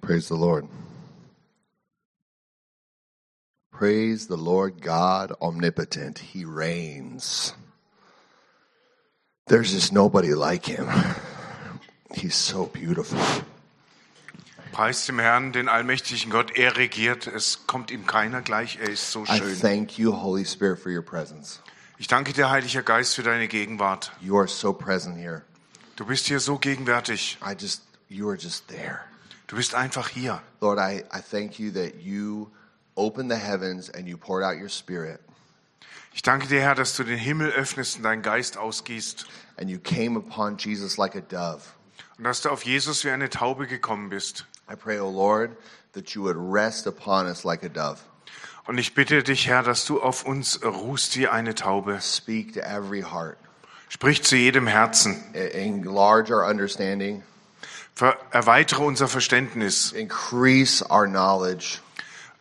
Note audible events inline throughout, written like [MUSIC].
Praise the Lord. Praise the Lord God omnipotent. He reigns. There's just nobody like him. He's so beautiful. Preist dem Herrn, den allmächtigen Gott. Er regiert. Es kommt ihm keiner gleich. Er ist so I schön. thank you, Holy Spirit, for your presence. Ich danke dir, Heiliger Geist, für deine Gegenwart. You are so present here. Du bist hier so gegenwärtig. I just, you are just there. Du bist einfach hier. Lord, I, I thank you that you opened the heavens and you poured out your spirit Ich danke dir, Herr, dass du den Himmel öffnest und deinen Geist ausgießt. and you came upon Jesus like a dove. Und dass du auf Jesus wie eine Taube gekommen bist. I pray, O Lord, that you would rest upon us like a dove. Und ich bitte dich, Herr, dass du auf uns ruhst wie eine Taube. Speak to every heart. Sprich zu jedem Herzen. E- Enlarge our understanding, Ver erweitere unser Verständnis. increase our knowledge,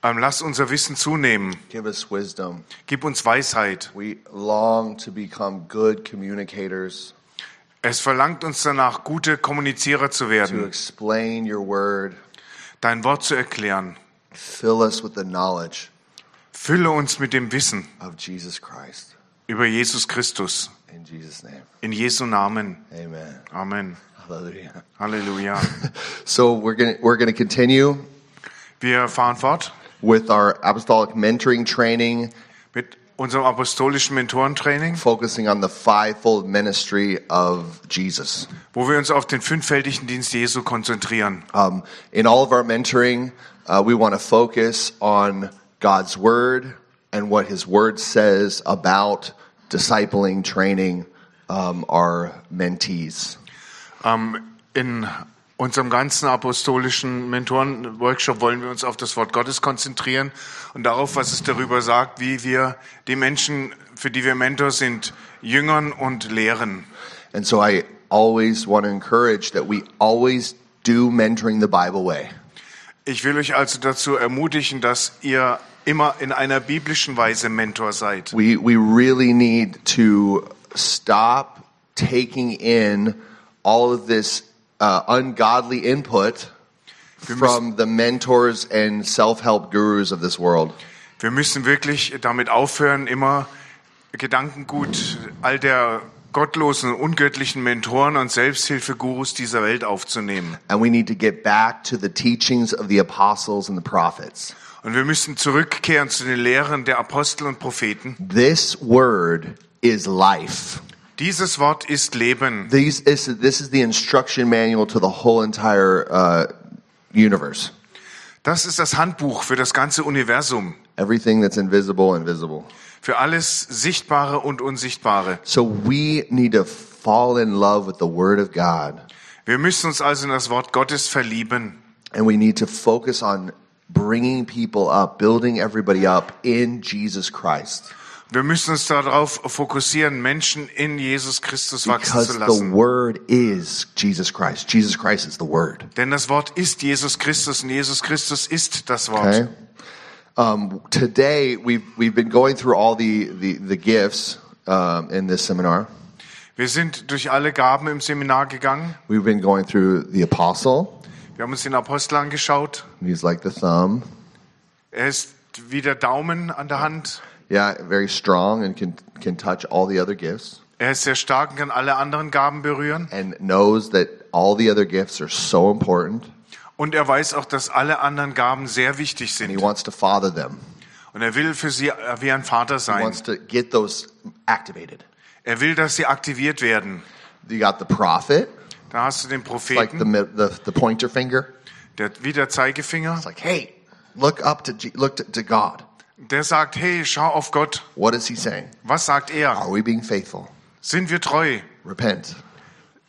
Ähm, lass unser Wissen zunehmen. give us wisdom. Gib uns Weisheit. We long to become good communicators, Es verlangt uns danach, gute Kommunizierer zu to werden, explain your word. dein Wort zu erklären. Fill us with the knowledge Fülle uns mit dem Wissen of Jesus Christ. über Jesus Christus. In Jesus' name, In Jesu Namen. amen. Amen. Hallelujah. [LAUGHS] Halleluja. So we're going to we're going to continue Wir fahren fort with our apostolic mentoring training, mit unserem apostolischen Mentorentraining, focusing on the fivefold ministry of Jesus. wo wir uns auf den fünffältigen Dienst Jesu konzentrieren. Um, in all of our mentoring, uh, we want to focus on God's word and what His word says about discipling, training um, our mentees. Ähm, in unserem ganzen apostolischen Mentoren-Workshop wollen wir uns auf das Wort Gottes konzentrieren und darauf, was es darüber sagt, wie wir die Menschen, für die wir Mentor sind, jüngern und lehren. And so, I always want to encourage that we always do mentoring the Bible way. Ich will euch also dazu ermutigen, dass ihr immer in einer biblischen Weise Mentor seid. we we really need to stop taking in all of this uh, ungodly input from the mentors and self-help gurus of this world. Wir müssen wirklich damit aufhören, immer Gedankengut all der gottlosen, ungöttlichen Mentoren und Selbsthilfegurus dieser Welt aufzunehmen. And we need to get back to the teachings of the apostles and the prophets. Und wir müssen zurückkehren zu den Lehren der Apostel und Propheten. This word is life. Dieses Wort ist Leben. These this, this is the instruction manual to the whole entire uh, universe. Das ist das Handbuch für das ganze Universum, Everything that's invisible and visible. für alles Sichtbare und Unsichtbare. So we need to fall in love with the Word of God, Wir müssen uns also in das Wort Gottes verlieben. and we need to focus on bringing people up, building everybody up in Jesus Christ, Wir müssen uns darauf fokussieren, Menschen in Jesus Christus wachsen because zu the lassen. Word is Jesus Christ. Jesus Christ is the Word. Denn das Wort ist Jesus Christus und Jesus Christus ist das Wort. Okay. Um, today we've we've been going through all the the, the gifts um, in this seminar. Wir sind durch alle Gaben im Seminar gegangen. We've been going through the apostle. Wir haben uns den Apostel angeschaut. He's like the thumb. Er ist wie der Daumen an der Hand. Yeah, very strong and can can touch all the other gifts. Er ist sehr stark und kann alle anderen Gaben berühren. and knows that all the other gifts are so important Und er weiß auch, dass alle anderen Gaben sehr wichtig and he sind. wants to father them. Und er will für sie äh, wie ein Vater He sein. wants to get those activated. Er will, dass sie aktiviert werden. You got the prophet, Da hast du den like the Propheten, mi- the, the pointer finger. der, wie der Zeigefinger, It's like, hey, look up to G- look to, to God. der sagt, hey, schau auf Gott. What is he saying? Was sagt er? Are we being faithful? Sind wir treu? Repent,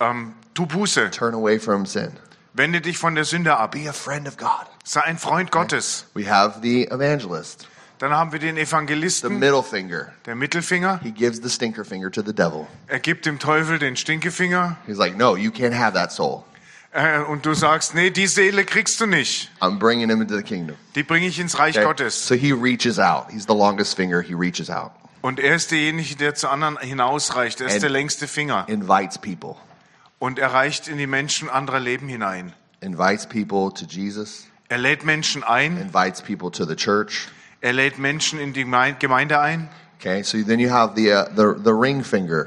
Ähm, tu Buße. turn away from sin, Wende dich von der Sünde ab. be a friend of God. Sei ein Freund Gottes. We have the evangelist, Dann haben wir den the Evangelisten, middle finger. der Mittelfinger. He gives the stinker finger to the devil. Er gibt dem Teufel den Stinkefinger. He's like, no, you can't have that soul. Äh, und du sagst, nee, die Seele kriegst du nicht. I'm bringing him into the kingdom. Die bringe ich ins Reich Okay? Gottes. So he reaches out. He's the longest finger. He reaches out, Und er ist derjenige, der zu anderen hinausreicht. Er ist And- der längste Finger invites people. und er reicht in die Menschen anderer Leben hinein. invites people to Jesus, Er lädt Menschen ein, invites people to the church. er lädt Menschen in die Gemein- Gemeinde ein. Okay, so then you have the uh, the the ring finger.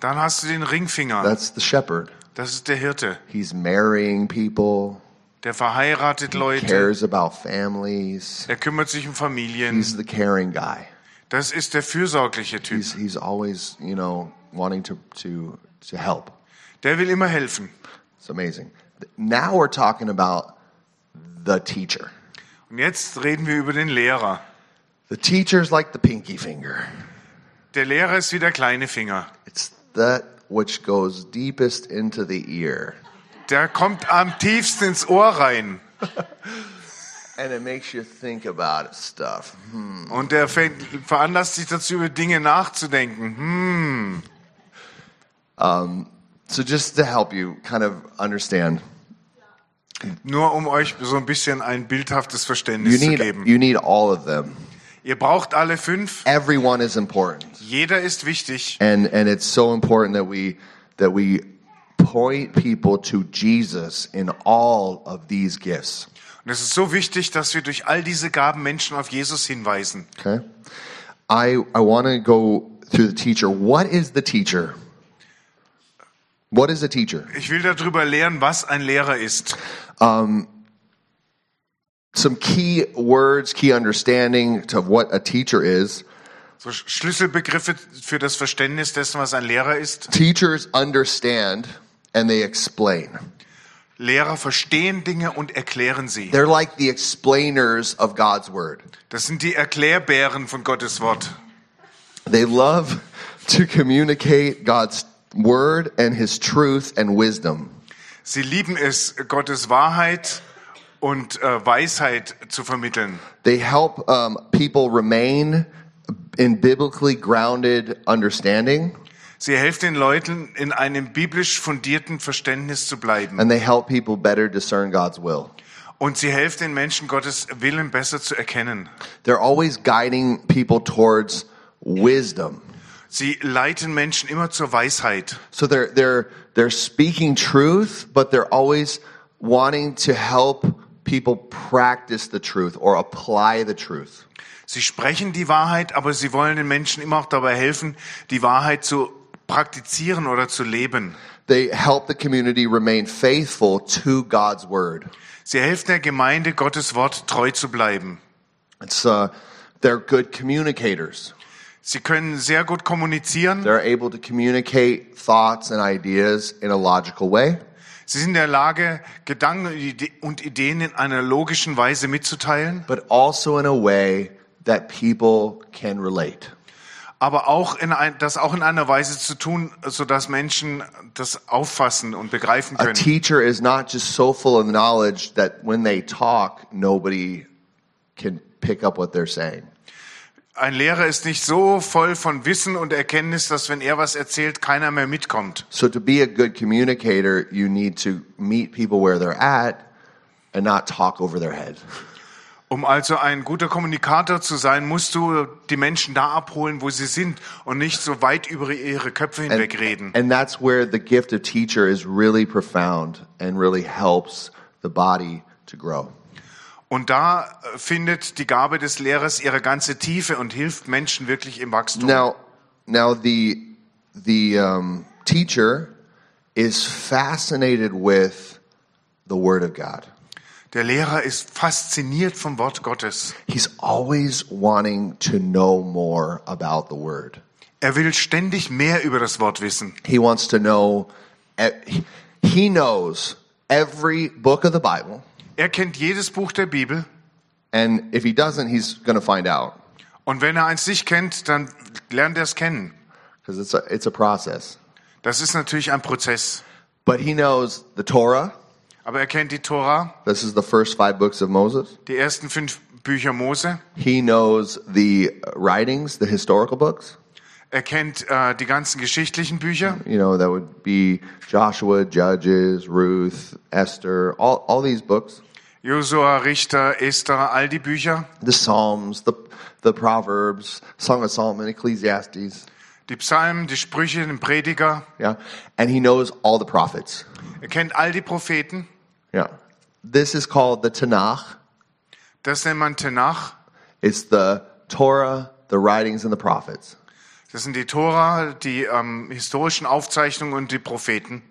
Dann hast du den Ringfinger. That's the shepherd. Das ist der Hirte. He's marrying people, Der verheiratet Leute. cares about families. Der kümmert sich um Familien. He's the caring guy. Das ist der fürsorgliche Typ. He's he's always you know wanting to to to help. Der will immer helfen. It's amazing. Now we're talking about the teacher. Und jetzt reden wir über den Lehrer. The teacher's like the pinky finger. Der Lehrer ist wie der kleine Finger. It's that which goes deepest into the ear, Der kommt am tiefsten ins Ohr rein. and it makes you think about stuff. Und der fängt, veranlasst sich dazu, über Dinge nachzudenken. Hm, So just to help you kind of understand, nur um euch so ein bisschen ein bildhaftes you Verständnis zu need geben. you need all of them. Ihr braucht alle fünf. Everyone is important. Jeder ist wichtig. and and it's so important that we that we point people to Jesus in all of these gifts. Und es ist so wichtig, dass wir durch all diese Gaben Menschen auf Jesus hinweisen. Okay, I I want to go through the teacher. What is the teacher? What is a teacher? Ich will darüber lehren, was ein Lehrer ist. Some key words, key understanding to what a teacher is. So Sch- Schlüsselbegriffe für das Verständnis dessen, was ein Lehrer ist. Teachers understand and they explain. Lehrer verstehen Dinge und erklären sie. They're like the explainers of God's word. Das sind die Erklärbären von Gottes Wort. They love to communicate God's word and his truth and wisdom. Sie lieben es, Gottes Wahrheit und äh, Weisheit zu vermitteln. They help um, people remain in biblically grounded understanding, Sie helfen den Leuten, in einem biblisch fundierten Verständnis zu bleiben. and they help people better discern God's will. Und sie helfen den Menschen, Gottes Willen besser zu erkennen. They're always guiding people towards wisdom. Sie leiten Menschen immer zur Weisheit. So they're they're they're speaking truth, but they're always wanting to help people practice the truth or apply the truth. Sie sprechen die Wahrheit, aber sie wollen den Menschen immer auch dabei helfen, die Wahrheit zu praktizieren oder zu leben. They help the community remain faithful to God's word. Sie helfen der Gemeinde, Gottes Wort treu zu bleiben. It's uh, they're good communicators. Sie können sehr gut kommunizieren. They're able to communicate thoughts and ideas in a logical way. Sie sind in der Lage, Gedanken und Ide- und Ideen in einer logischen Weise mitzuteilen, but also in a way that people can relate. aber auch in ein, das auch in einer Weise zu tun, sodass Menschen das auffassen und begreifen A können. teacher is not just so full of knowledge that when they talk, nobody can pick up what they're saying. Ein Lehrer ist nicht so voll von Wissen und Erkenntnis, dass wenn er was erzählt, keiner mehr mitkommt. So, to be a good communicator, you need to meet people where they're at and not talk over their head. Um also ein guter Kommunikator zu sein, musst du die Menschen da abholen, wo sie sind und nicht so weit über ihre Köpfe hinwegreden. And that's where the gift of teacher is really profound and really helps the body to grow. Und da äh, findet die Gabe des Lehrers ihre ganze Tiefe und hilft Menschen wirklich im Wachstum. Now, now the the um, teacher is fascinated with the Word of God. Der Lehrer ist fasziniert vom Wort Gottes. He's always wanting to know more about the Word. Er will ständig mehr über das Wort wissen. He wants to know. e- He knows every book of the Bible, Er kennt jedes Buch der Bibel and if he doesn't, he's going to find out und wenn er eins nicht kennt, dann lernt er es kennen. because it's a it's a process. Das ist natürlich ein Prozess. But he knows the Torah. Aber er kennt die Tora, This is the first five books of Moses. die ersten fünf Bücher Mose. He knows the writings, the historical books. Er kennt äh, die ganzen geschichtlichen Bücher. you know that would be joshua judges ruth esther all, all these books Josua, Richter, Esther, all die Bücher. the psalms the, the proverbs song of solomon ecclesiastes Die Psalmen, die Sprüche, den Prediger. yeah and he knows all the prophets Er kennt all die Propheten. yeah This is called the Tanakh. Das nennt man Tenach. It's the Torah, the writings, and the prophets. Das sind die Tora, die ähm, historischen Aufzeichnungen und die Propheten.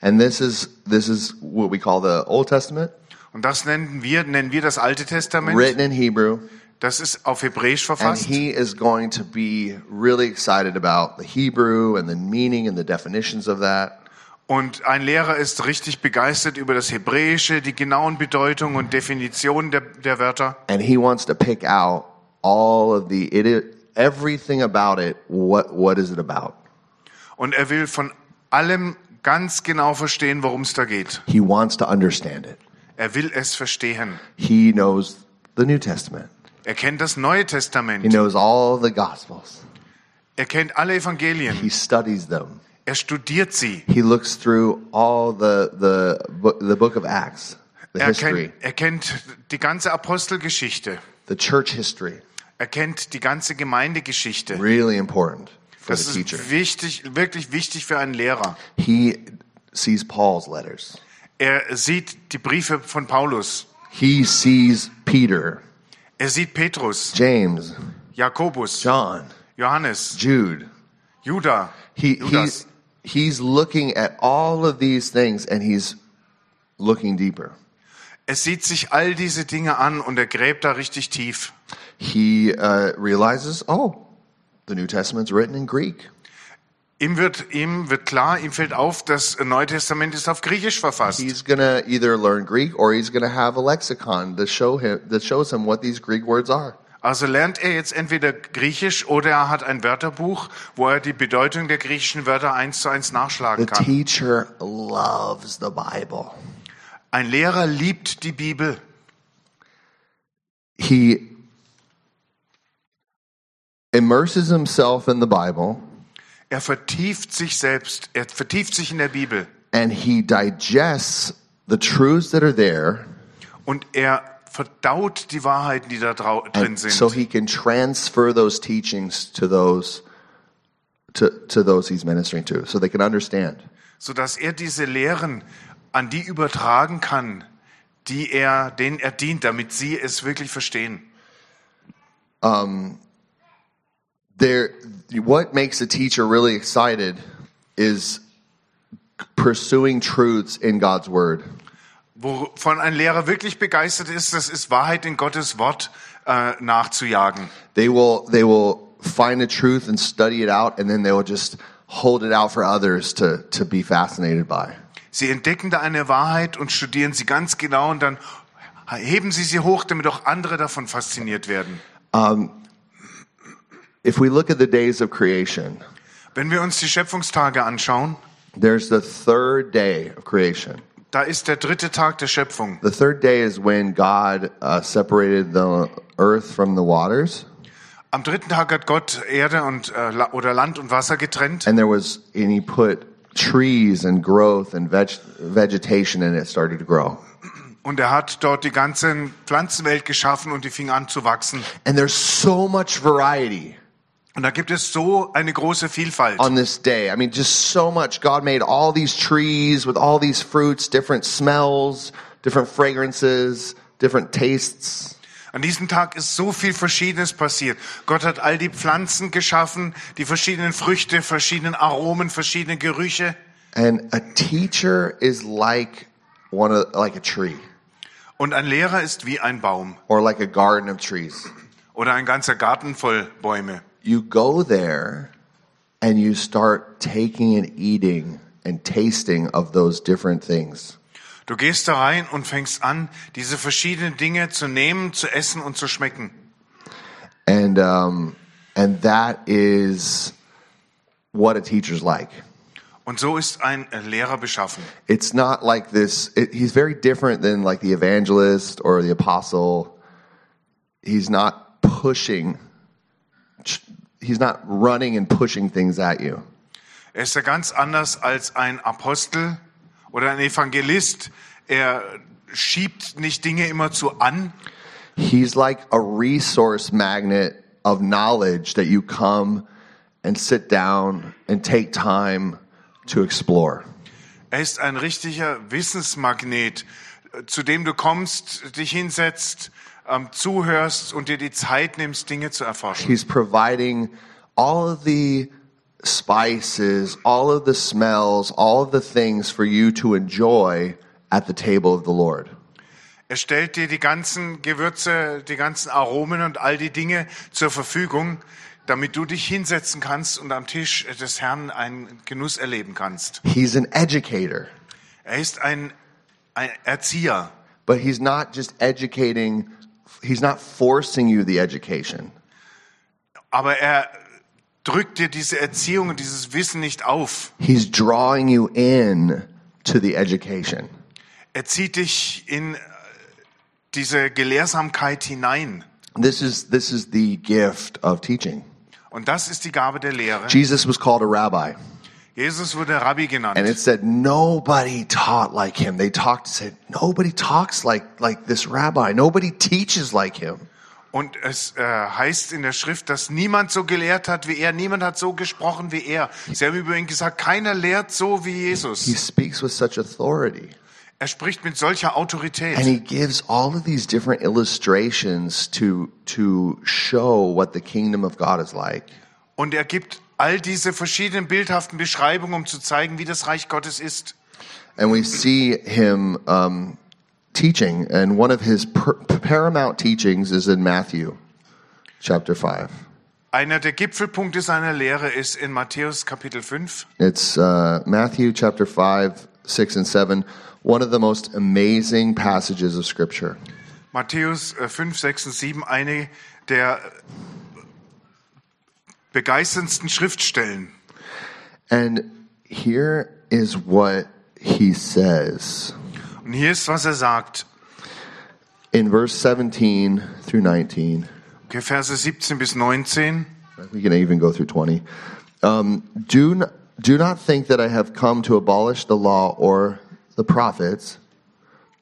And this is this is what we call the Old Testament, Und das nennen wir, nennen wir das Alte Testament. written in Hebrew. Das ist auf Hebräisch And verfasst. he is going to be really excited about the Hebrew and the meaning and the definitions of that. Und ein Lehrer ist richtig begeistert über das Hebräische, die genauen Bedeutungen und Definitionen der, der Wörter. And he wants to pick out all of the it is, everything about it. What what is it about? Und er will von allem ganz genau verstehen, worum es da geht. He wants to understand it. Er will es verstehen. He knows the New Testament. Er kennt das Neue He Testament. knows all the Gospels. Er kennt alle Evangelien. He studies them. Er studiert sie. He looks through all the the book, the book of Acts, the Er history, kennt, er kennt die ganze Apostelgeschichte. the church history. Er kennt die ganze Gemeindegeschichte. Really important for Das the teacher. ist wichtig, wirklich wichtig für einen Lehrer. He sees Paul's letters. Er sieht die Briefe von Paulus. He sees Peter, Er sieht Petrus, James, Jakobus, John, Johannes, Jude. Judah. He Judas. he's he's looking at all of these things and he's looking deeper. Er sieht sich all diese Dinge an und er gräbt da richtig tief. He uh, realizes, oh, the New Testament's written in Greek. Ihm wird, ihm wird klar, ihm fällt auf, das Neue Testament ist auf Griechisch verfasst. He's gonna either learn Greek or he's gonna have a lexicon to show him that shows him what these Greek words are. Also lernt er jetzt entweder Griechisch oder er hat ein Wörterbuch, wo er die Bedeutung der griechischen Wörter eins zu eins The nachschlagen kann. teacher loves the Bible. Ein Lehrer liebt die Bibel. He immerses himself in the Bible Er vertieft sich selbst. Er vertieft sich in der Bibel. and he digests the truths that are there Und er verdaut die Wahrheiten, die da drau drin and sind. so he can transfer those teachings to those to, to those he's ministering to so they can understand. sodass er diese Lehren an die übertragen kann, die er, denen er dient, damit sie es wirklich verstehen. there what makes a teacher really excited is pursuing truths in God's word. Wovon ein Lehrer wirklich begeistert ist, das ist Wahrheit in Gottes Wort äh, nachzujagen. They will they will find a truth and study it out and then they will just hold it out for others to to be fascinated by. Sie entdecken da eine Wahrheit und studieren sie ganz genau und dann heben sie sie hoch, damit auch andere davon fasziniert werden. If we look at the days of creation, Wenn wir uns die Schöpfungstage anschauen, there's the third day of creation. da ist der dritte Tag der Schöpfung. The third day is when God uh, separated the earth from the waters, Am dritten Tag hat Gott Erde und äh, La- oder Land und Wasser getrennt. and there was and He put trees and growth and veg- vegetation, and it started to grow. Und er hat dort die ganze Pflanzenwelt geschaffen und die fing an zu wachsen. And there's so much variety Und da gibt es so eine große Vielfalt. on this day. I mean, just so much. God made all these trees with all these fruits, different smells, different fragrances, different tastes. An diesem Tag ist so viel Verschiedenes passiert. Gott hat all die Pflanzen geschaffen, die verschiedenen Früchte, verschiedenen Aromen, verschiedene Gerüche. And a teacher is like one of, like a tree Und ein Lehrer ist wie ein Baum or like a garden of trees. oder ein ganzer Garten voll Bäume. You go there and you start taking and eating and tasting of those different things. Du gehst da rein und fängst an, diese verschiedenen Dinge zu nehmen, zu essen und zu schmecken. And, um, and that is what a teacher's like. Und so ist ein Lehrer beschaffen. it's not like this it, he's very different than like the evangelist or the apostle he's not pushing he's not running and pushing things at you Er ist ja ganz anders als ein Apostel oder ein Evangelist. Er schiebt nicht Dinge immer zu an. he's like a resource magnet of knowledge that you come and sit down and take time to explore Er ist ein richtiger Wissensmagnet, zu dem du kommst, dich hinsetzt, ähm, zuhörst und dir die Zeit nimmst, Dinge zu erforschen. He's providing all of the spices, all of the smells, all of the things for you to enjoy at the table of the Lord. Er stellt dir die ganzen Gewürze, die ganzen Aromen und all die Dinge zur Verfügung, damit du dich hinsetzen kannst und am Tisch des Herrn einen Genuss erleben kannst. He's an educator, Er ist ein, ein Erzieher, but he's not just educating, he's not forcing you the education. aber er drückt dir diese Erziehung und dieses Wissen nicht auf. He's drawing you in to the education. Er zieht dich in äh, diese Gelehrsamkeit hinein. This is this is the gift of teaching. Und das ist die Gabe der Lehre. Jesus was called a rabbi, Jesus wurde Rabbi genannt. and it said nobody taught like him. They talked said nobody talks like like this rabbi. Nobody teaches like him. Und es äh, heißt in der Schrift, dass niemand so gelehrt hat wie er, niemand hat so gesprochen wie er. Sie haben über ihn gesagt, keiner lehrt so wie He Jesus. speaks with such authority, Er spricht mit solcher and Autorität. he gives all of these different illustrations to to show what the kingdom of God is like. Und er gibt all diese verschiedenen bildhaften Beschreibungen, um zu zeigen, wie das Reich Gottes ist. and we see him um, teaching. And one of his per- paramount teachings is in Matthew chapter 5. Einer der Gipfelpunkte seiner Lehre ist in Matthäus Kapitel 5. It's uh, Matthew chapter 5, 6, and 7, one of the most amazing passages of Scripture. Matthäus äh, 5, 6 und 7, eine der äh, begeisterndsten Schriftstellen. And here is what he says Und hier ist, was er sagt. in verse 17 through 19. Okay, Verse 17 bis 19. We can even go through 20. Um, do, n- do not think that I have come to abolish the law or the prophets.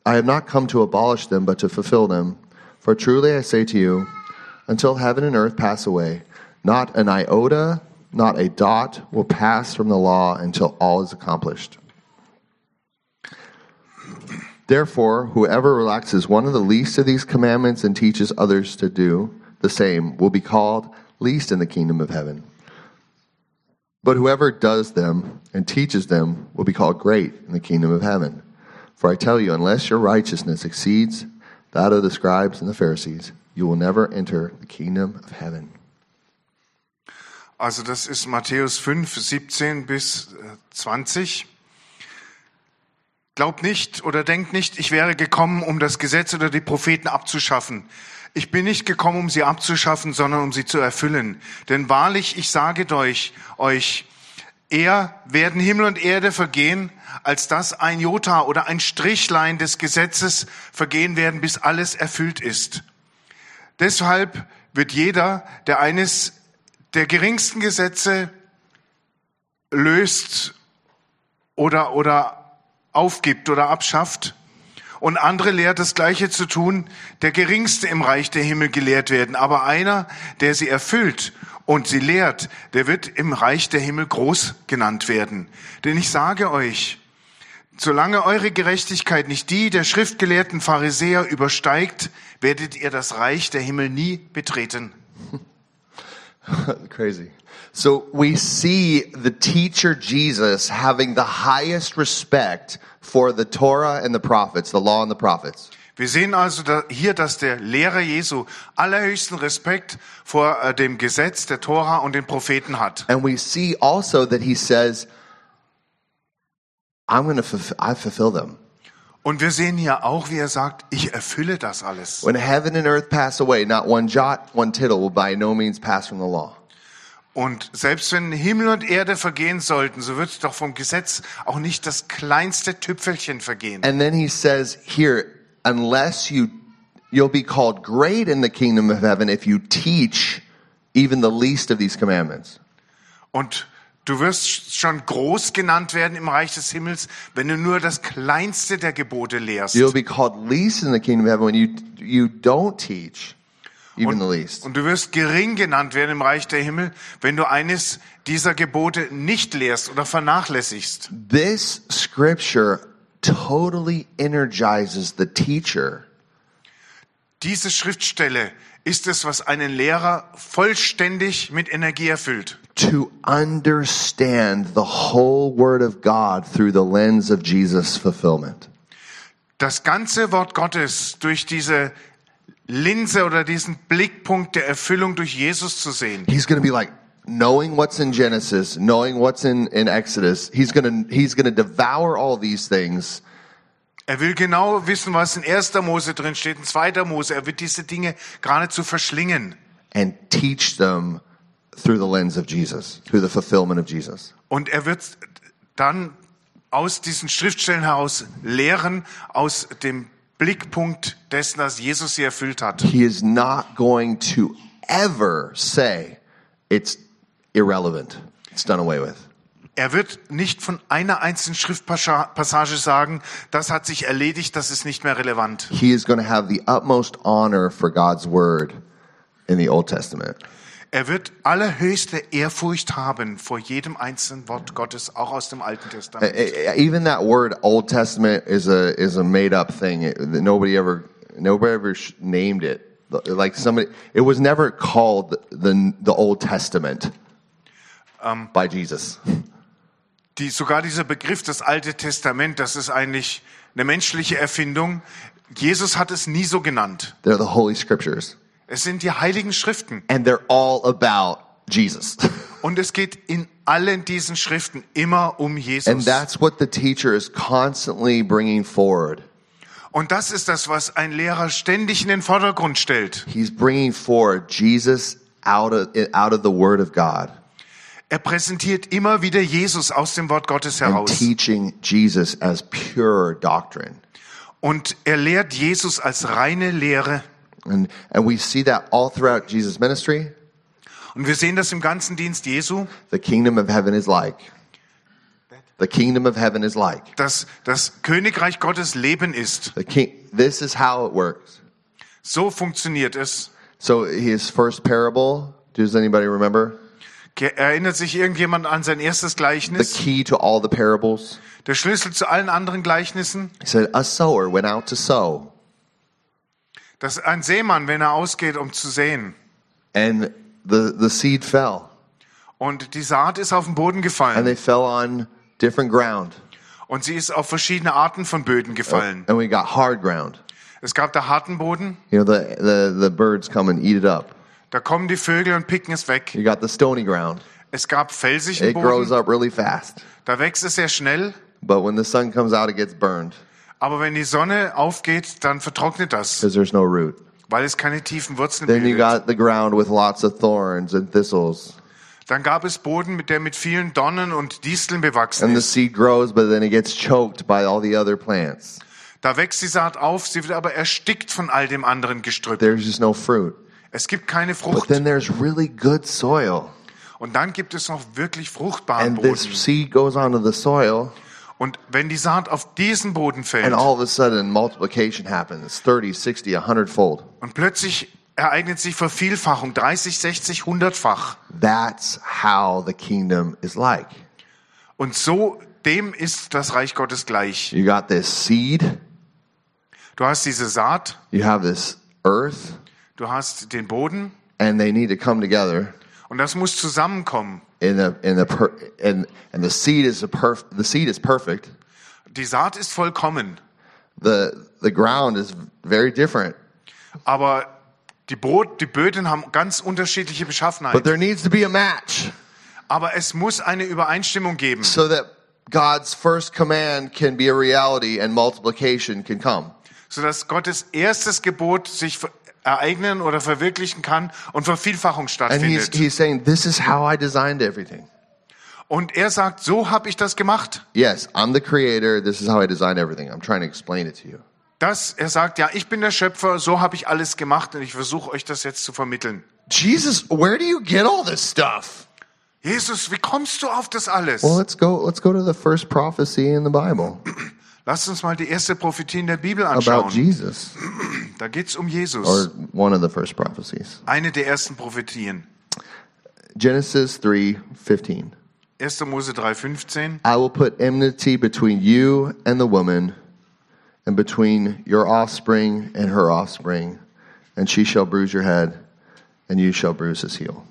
I have not come to abolish them, but to fulfill them. For truly I say to you, until heaven and earth pass away, not an iota, not a dot will pass from the law until all is accomplished. Therefore, whoever relaxes one of the least of these commandments and teaches others to do the same will be called least in the kingdom of heaven. But whoever does them and teaches them will be called great in the kingdom of heaven. For I tell you, unless your righteousness exceeds that of the scribes and the Pharisees, you will never enter the kingdom of heaven. Also das ist Matthäus 5, 17 bis äh, 20. Glaubt nicht oder denkt nicht, ich wäre gekommen, um das Gesetz oder die Propheten abzuschaffen. Ich bin nicht gekommen, um sie abzuschaffen, sondern um sie zu erfüllen. Denn wahrlich, ich sage euch, euch, eher werden Himmel und Erde vergehen, als dass ein Jota oder ein Strichlein des Gesetzes vergehen werden, bis alles erfüllt ist. Deshalb wird jeder, der eines der geringsten Gesetze löst oder, oder aufgibt oder abschafft und andere lehrt das Gleiche zu tun, der geringste im Reich der Himmel gelehrt werden. Aber einer, der sie erfüllt und sie lehrt, der wird im Reich der Himmel groß genannt werden. Denn ich sage euch, Solange eure Gerechtigkeit nicht die der schriftgelehrten Pharisäer übersteigt, werdet ihr das Reich der Himmel nie betreten. Crazy. So we see the teacher Jesus having the highest respect for the Torah and the prophets, the law and the prophets. Wir sehen also da, hier, dass der Lehrer Jesu allerhöchsten Respekt vor äh, dem Gesetz der Tora und den Propheten hat. And we see also that he says, I'm going to fulfill, I fulfill them. Und wir sehen hier auch, wie er sagt, ich erfülle das alles. When heaven and earth pass away, not one jot, one tittle will by no means pass from the law. Und selbst wenn Himmel und Erde vergehen sollten, so wird doch vom Gesetz auch nicht das kleinste Tüpfelchen vergehen. And then he says here, unless you, you'll be called great in the kingdom of heaven if you teach even the least of these commandments. Und du wirst schon groß genannt werden im Reich des Himmels, wenn du nur das kleinste der Gebote lehrst. You'll be called least in the kingdom of heaven when you, you don't teach even the least. Und du wirst gering genannt werden im Reich der Himmel, wenn du eines dieser Gebote nicht lehrst oder vernachlässigst. This scripture totally energizes the teacher Diese Schriftstelle ist es, was einen Lehrer vollständig mit Energie erfüllt, to understand the whole Word of God through the lens of Jesus' fulfillment. das ganze Wort Gottes durch diese Linse oder diesen Blickpunkt der Erfüllung durch Jesus zu sehen. He's going to be like, knowing what's in Genesis, knowing what's in, in Exodus, he's going to, he's going to devour all these things Er will genau wissen, was in 1. Mose drin steht, in 2. Mose. Er wird diese Dinge geradezu verschlingen and teach them through the lens of Jesus, through the fulfillment of Jesus. und er wird dann aus diesen Schriftstellen heraus lehren aus dem Blickpunkt dessen, dass Jesus sie erfüllt hat. He is not going to ever say it's irrelevant. It's done away with. Er wird nicht von einer einzelnen Schriftpassage sagen, das hat sich erledigt, das ist nicht mehr relevant. He is going to have the utmost honor for God's word in the Old Testament. Er wird allerhöchste Ehrfurcht haben vor jedem einzelnen Wort Gottes, auch aus dem Alten Testament. E- e- Even that word Old Testament is a is a made up thing. It, nobody ever nobody ever sh- named it. Like somebody, it was never called the the Old Testament by Jesus. Die, sogar dieser Begriff, das Alte Testament, das ist eigentlich eine menschliche Erfindung. Jesus hat es nie so genannt. They're the Holy Scriptures, Es sind die heiligen Schriften. and they're all about Jesus. [LAUGHS] Und es geht in allen diesen Schriften immer um and Jesus. that's what the teacher is constantly bringing forward. Und das ist das, was ein Lehrer ständig in den Vordergrund stellt. He's bringing forward Jesus out of out of the Word of God Er präsentiert immer wieder Jesus aus dem Wort Gottes and heraus. teaching Jesus as pure doctrine. Und er lehrt Jesus als reine Lehre. And and we see that all throughout Jesus' ministry. Und wir sehen das im ganzen Dienst Jesu, The kingdom of heaven is like. The kingdom of heaven is like. dass das Königreich Gottes Leben ist. The king this is how it works. So funktioniert es. So his first parable, does anybody remember? Ge- Erinnert sich irgendjemand an sein erstes The Gleichnis? key to all the parables. Der Schlüssel zu allen anderen Gleichnissen? He said, A sower went out to sow. Dass ein Seemann, wenn er ausgeht, um zu säen, And the, the seed fell. und die Saat ist auf den Boden And gefallen they fell on different ground. und sie ist auf verschiedene Arten von Böden gefallen. And we got hard ground. Es gab da harten Boden, You know, the, the, the birds come and eat it up. da kommen die Vögel und picken es weg. You got the stony ground. Es gab felsigen It grows Boden, up really fast. da wächst es sehr schnell, But when the sun comes out, it gets burned aber wenn die Sonne aufgeht, dann vertrocknet das, because there's no root. weil es keine tiefen Wurzeln Then you bildet. got the ground with lots of thorns and thistles. Dann gab es Boden, mit der mit vielen Dornen und Disteln bewachsen And the ist. seed grows, but then it gets choked by all the other plants. Da wächst die Saat auf, sie wird aber erstickt von all dem anderen Gestrüpp. There's just no fruit. Es gibt keine But Frucht. then there's really good soil. Und dann gibt es noch wirklich fruchtbaren And this Boden. seed goes onto the soil, Und wenn die Saat auf diesen Boden fällt and all of a sudden multiplication happens 30, 60, 100 fold. und plötzlich ereignet sich Vervielfachung, 30, 60, 100-fach. That's how the kingdom is like. Und so dem ist das Reich Gottes gleich. You got this seed, Du hast diese Saat, you have this earth, du hast den Boden and they need to come together. und das muss zusammenkommen. In the in the per, and and the seed is a perf, the seed is perfect. Die Saat ist vollkommen, the the ground is very different aber die, Brot, die Böden haben ganz unterschiedliche but Beschaffenheit. there needs to be a match Aber es muss eine Übereinstimmung geben, so that god's first command can be a reality and multiplication can come sodass Gottes erstes Gebot sich ver- ereignen oder verwirklichen kann und Vervielfachung and he's stattfindet. he's saying this is how i designed everything Und er sagt, so habe ich das gemacht. yes i'm the creator this is how i designed everything i'm trying to explain it to you Das, er sagt, ja, ich bin der Schöpfer, so habe ich alles gemacht und ich versuche euch das jetzt zu vermitteln. jesus where do you get all this stuff Jesus, wie kommst du auf das alles? well let's go let's go to the first prophecy in the bible Lass uns mal die erste Prophetie in der Bibel about anschauen. jesus Da geht's um or Jesus. one of the first prophecies Eine der ersten Prophetien. genesis three fifteen. 1. 1. Mose 3,15. I will put enmity between you and the woman, and between your offspring and her offspring, and she shall bruise your head, and you shall bruise his heel.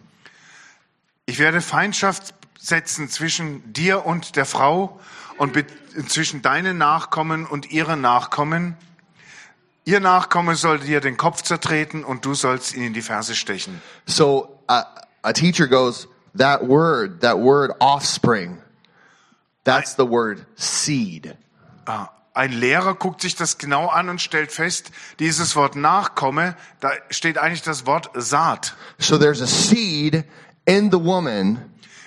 Ich werde Feindschaft setzen zwischen dir und der Frau und be- zwischen deinen Nachkommen und ihren Nachkommen. Ihr Nachkomme soll dir den Kopf zertreten und du sollst ihn in die Ferse stechen. So uh, a teacher goes, that word, that word offspring, that's the word seed. Ah, Ein Lehrer guckt sich das genau an und stellt fest, dieses Wort Nachkomme, da steht eigentlich das Wort Saat. So there's a seed in the woman.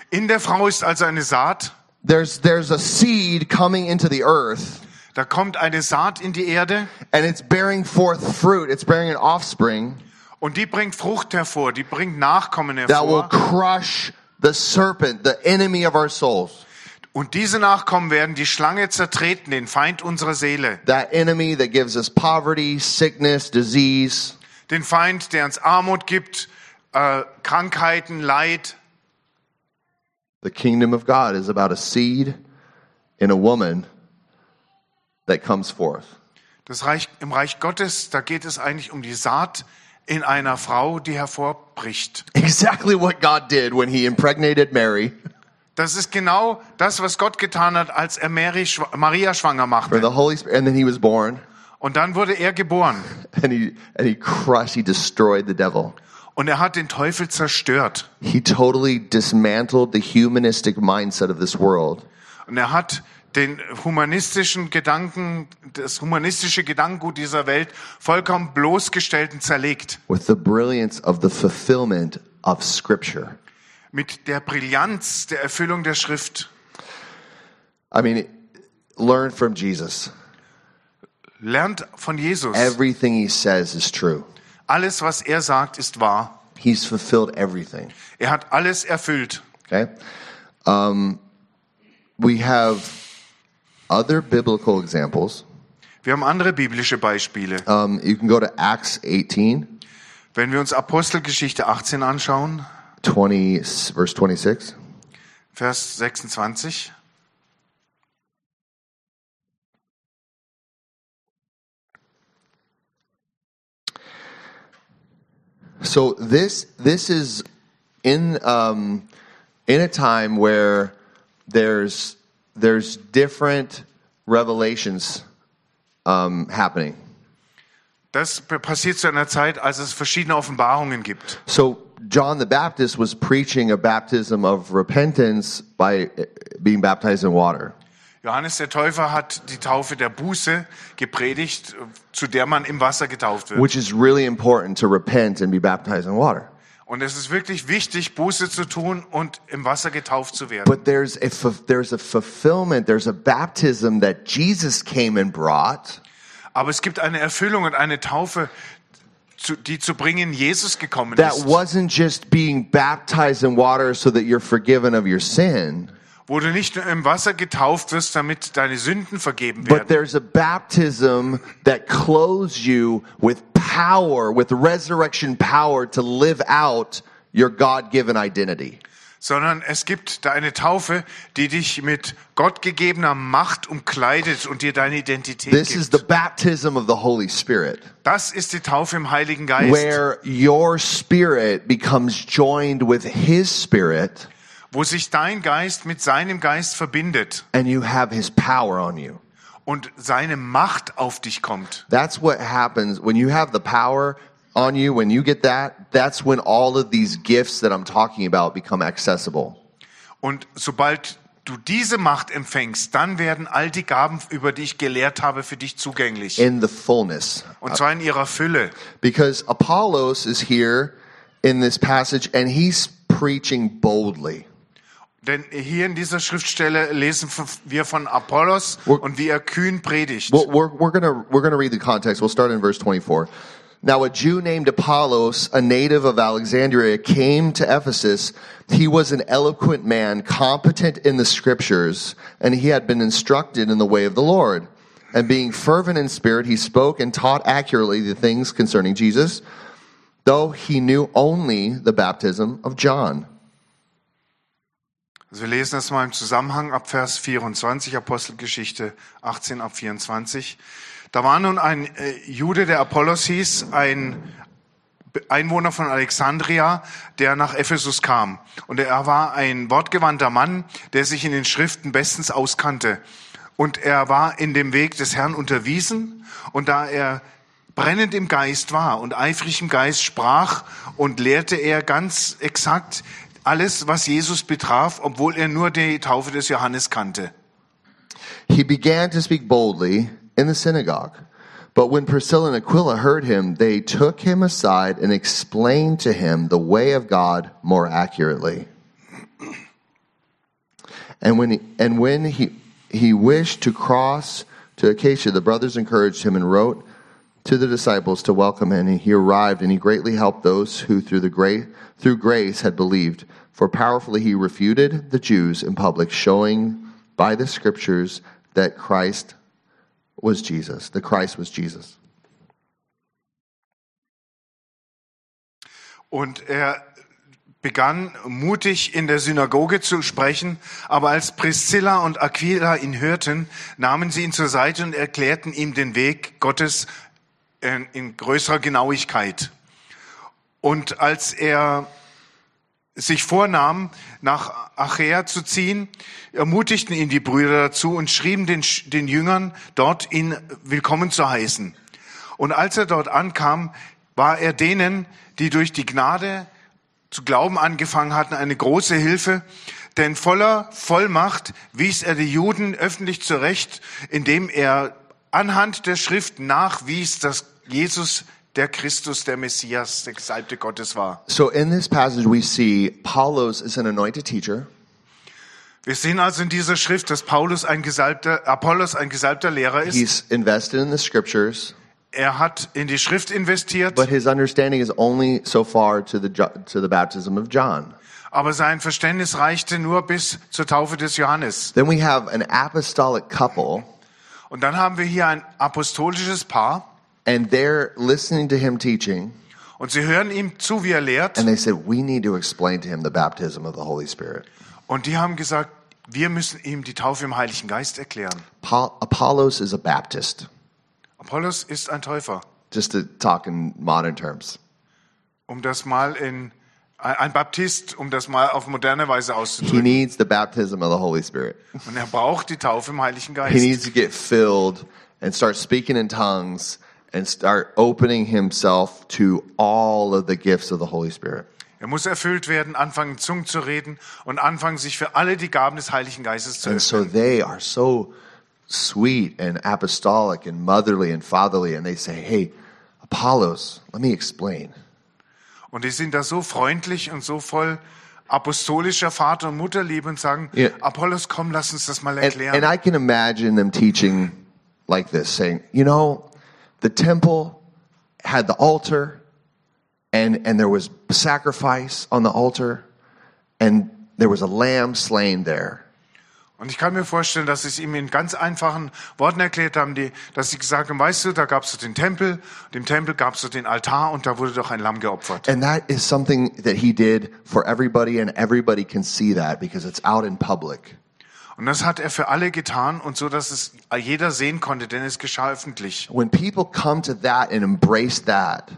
In der Frau ist also eine Saat, There's there's a seed coming into the earth, da kommt eine Saat in die Erde and it's bearing forth fruit. It's bearing an offspring und die bringt Frucht hervor, die bringt Nachkommen that will hervor. crush the serpent, the enemy of our souls, Und diese Nachkommen werden die Schlange zertreten, den Feind unserer Seele. that enemy that gives us poverty, sickness, disease. Den Feind, der uns Armut gibt, äh, Krankheiten, Leid. The kingdom of God is about a seed in a woman that comes forth. Das Reich, Im Reich Gottes, da geht es eigentlich um die Saat in einer Frau, die hervorbricht. [LAUGHS] Exactly what God did when He impregnated Mary Das ist genau das, was Gott getan hat, als er Mary, schw- Maria schwanger for the machte. Holy Spirit, and then He was born, Und dann wurde er geboren. and He and He crushed, He destroyed the devil. Und er hat den Teufel zerstört. He totally dismantled the humanistic mindset of this world Und er hat den humanistischen Gedanken, das humanistische Gedankengut dieser Welt vollkommen bloßgestellt und zerlegt. with the brilliance of the fulfillment of Scripture. Mit der Brillanz der Erfüllung der Schrift. I mean, learn from Jesus. Lernt von Jesus. Everything he says is true. Alles, was er sagt, ist wahr. He's fulfilled everything. Er hat alles erfüllt. Okay? Um, we have other biblical examples. Wir haben andere biblische Beispiele. Um, you can go to Acts 18, Wenn wir uns Apostelgeschichte 18 anschauen, 20, verse 26. Vers 26. So this this is in um, in a time where there's there's different revelations um, happening. Das p- passiert zu einer Zeit, als es verschiedene Offenbarungen gibt. So John the Baptist was preaching a baptism of repentance by uh, being baptized in water. Johannes der Täufer hat die Taufe der Buße gepredigt, zu der man im Wasser getauft wird. Which is really important to repent and be baptized in water. Und es ist wirklich wichtig, Buße zu tun und im Wasser getauft zu werden. But there's a, fu- there's a fulfillment, there's a baptism that Jesus came and brought Aber es gibt eine Erfüllung und eine Taufe, zu, die zu bringen Jesus gekommen that ist, wasn't just being baptized in water so that you're forgiven of your sin, wo du nicht nur im Wasser getauft wirst, damit deine Sünden vergeben but werden. there's a baptism that clothes you with power, with resurrection power to live out your God given identity. sondern es gibt da eine Taufe, die dich mit gottgegebener Macht umkleidet und dir deine Identität This gibt. is the baptism of the Holy Spirit, das ist die Taufe im Heiligen Geist, where your spirit becomes joined with His spirit wo sich dein Geist mit seinem Geist verbindet and you have His power on you. und seine Macht auf dich kommt. That's what happens when you have the power on you, when you get that, that's when all of these gifts that I'm talking about become accessible. Und sobald du diese Macht empfängst, dann werden all die Gaben, über die ich gelehrt habe, für dich zugänglich. in the fullness. Und zwar in ihrer Fülle. Because Apollos is here in this passage and he's preaching boldly. Denn hier in dieser Schriftstelle lesen wir von Apollos und wie er kühn predigt. Well, we're, we're gonna, we're gonna read the context. We'll start in verse 24. Now a Jew named Apollos, a native of Alexandria, came to Ephesus. He was an eloquent man, competent in the scriptures, and he had been instructed in the way of the Lord. And being fervent in spirit, he spoke and taught accurately the things concerning Jesus, though he knew only the baptism of John. Also wir lesen das mal im Zusammenhang ab Vers 24, Apostelgeschichte 18 ab 24. Da war nun ein äh, Jude, der Apollos hieß, ein Einwohner von Alexandria, der nach Ephesus kam. Und er war ein wortgewandter Mann, der sich in den Schriften bestens auskannte. Und er war in dem Weg des Herrn unterwiesen. Und da er brennend im Geist war und eifrig im Geist sprach und lehrte er ganz exakt alles, was Jesus betraf, obwohl er nur die Taufe des Johannes kannte. He began to speak boldly in the synagogue. But when Priscilla and Aquila heard him, they took him aside and explained to him the way of God more accurately. And when he, and when he, he wished to cross to Acacia, the brothers encouraged him and wrote to the disciples to welcome him. And he arrived and he greatly helped those who through the gra- through grace had believed. For powerfully he refuted the Jews in public, showing by the scriptures that Christ was Jesus. The Christ was Jesus. Und er begann mutig in der Synagoge zu sprechen, aber als Priscilla und Aquila ihn hörten, nahmen sie ihn zur Seite und erklärten ihm den Weg Gottes in, in größerer Genauigkeit. Und als er sich vornahm, nach Achäa zu ziehen, ermutigten ihn die Brüder dazu und schrieben den, den Jüngern, dort ihn willkommen zu heißen. Und als er dort ankam, war er denen, die durch die Gnade zu glauben angefangen hatten, eine große Hilfe, denn voller Vollmacht wies er die Juden öffentlich zurecht, indem er anhand der Schrift nachwies, dass Jesus der Christus, der Messias, der Gesalbte Gottes war. So in this passage we see Paulos is an anointed teacher. Wir sehen also in dieser Schrift, dass Paulus ein gesalbter, Apollos ein gesalbter Lehrer ist. He's invested in the scriptures, Er hat in die Schrift investiert, but his understanding is only so far to the jo- to the baptism of John. aber sein Verständnis reichte nur bis zur Taufe des Johannes. Then we have an apostolic couple Und dann haben wir hier ein apostolisches Paar and they're listening to him teaching und sie hören ihm zu, wie er lehrt. and they said we need to explain to him the baptism of the Holy Spirit. Und die haben gesagt, wir müssen ihm die Taufe im Heiligen Geist erklären. Paul, Apollos is a Baptist, Apollos ist ein Täufer. just to talk in modern terms. um das mal in ein Baptist, um das mal auf moderne Weise He auszudrücken. needs the baptism of the Holy Spirit. Und er braucht die Taufe im Heiligen He Geist. needs to get filled and start speaking in tongues and start opening himself to all of the gifts of the Holy Spirit. Er muss erfüllt werden, anfangen in Zungen zu reden und anfangen sich für alle die Gaben des Heiligen Geistes zu And öffnen. so they are so sweet and apostolic and motherly and fatherly. And they say, Hey, Apollos, let me explain. Und die sind da so freundlich und so voll apostolischer Vater und Mutterliebe und sagen, Ja. Apollos, komm, lass uns das mal And, erklären. and I can imagine them teaching like this, saying, You know, the temple had the altar and, and there was sacrifice on the altar and there was a lamb slain there. Und ich kann mir vorstellen, dass sie es ihm in ganz einfachen Worten erklärt haben, die, dass sie gesagt haben, weißt du, da gabst du den Tempel, dem Tempel gabst du den Altar und da wurde doch ein Lamm geopfert. And that is something that he did for everybody, and everybody can see that because it's out in public. Und das hat er für alle getan und so, dass es jeder sehen konnte, denn es geschah öffentlich. When people come to that and embrace that,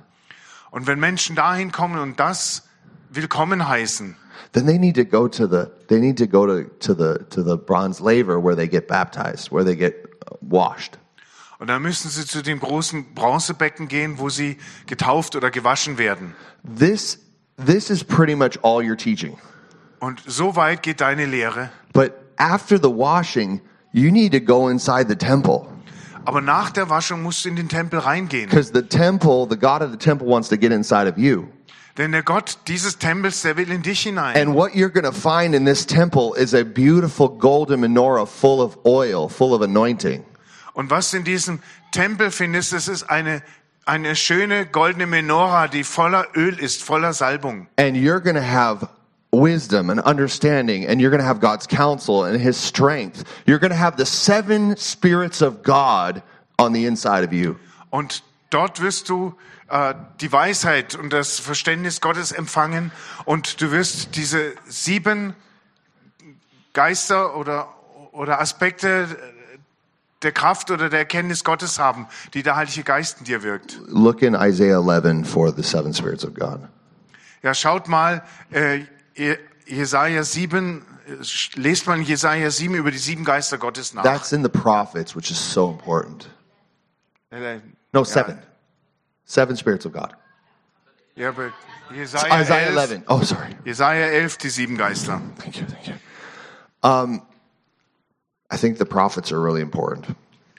Und wenn Menschen dahin kommen und das willkommen heißen, then they need to go to the they need to go to, to the to the bronze laver where they get baptized, where they get washed. und dann müssen sie zu dem großen Bronzebecken gehen, wo sie getauft oder gewaschen werden. This this is pretty much all you're teaching. Und so weit geht deine Lehre. But after the washing, you need to go inside the temple Aber nach der Waschung musst du in den Tempel reingehen. because the temple, the God of the temple, wants to get inside of you. Denn der Gott dieses Tempels, der will in dich hinein. And what you're going to find in this temple is a beautiful golden menorah full of oil, full of anointing. Und was du in diesem Tempel findest, das ist eine, eine schöne goldene Menora, die voller Öl ist, voller Salbung. And you're going to have wisdom and understanding, and you're going to have God's counsel and His strength. You're going to have the seven spirits of God on the inside of you. Und dort wirst du äh, die Weisheit und das Verständnis Gottes empfangen und du wirst diese sieben Geister oder, oder Aspekte der Kraft oder der Erkenntnis Gottes haben, die der Heilige Geist in dir wirkt. Look in Isaiah 11 for the seven spirits of God. Ja, schaut mal, äh, Je- Jesaja 7, äh, sch- lest mal in Jesaja 7 über die sieben Geister Gottes nach. That's in the prophets, which is so important. Äh, No, seven. Seven spirits of God. ja, aber Jesaja, Isaiah 11, 11. Oh, sorry. Jesaja 11, die sieben Geister. Thank you. Thank you. Um, I think the prophets are really important.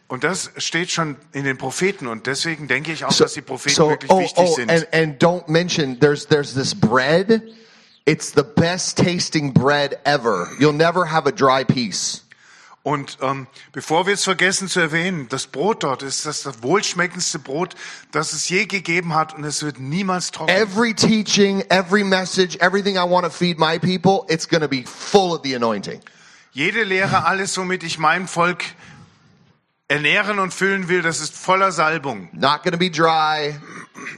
Und das steht schon in den Propheten. Und deswegen denke ich auch, dass die Propheten so wirklich oh, wichtig oh sind. and, and don't mention there's there's this bread. It's the best tasting bread ever. You'll never have a dry piece. Und ähm, bevor wir es vergessen zu erwähnen, das Brot dort ist das, das wohlschmeckendste Brot, das es je gegeben hat und es wird niemals trocken. Every teaching, every message, everything I want to feed my people, it's going to be full of the anointing. Jede Lehre, alles, womit ich mein Volk ernähren und füllen will, das ist voller Salbung. Not going to be dry,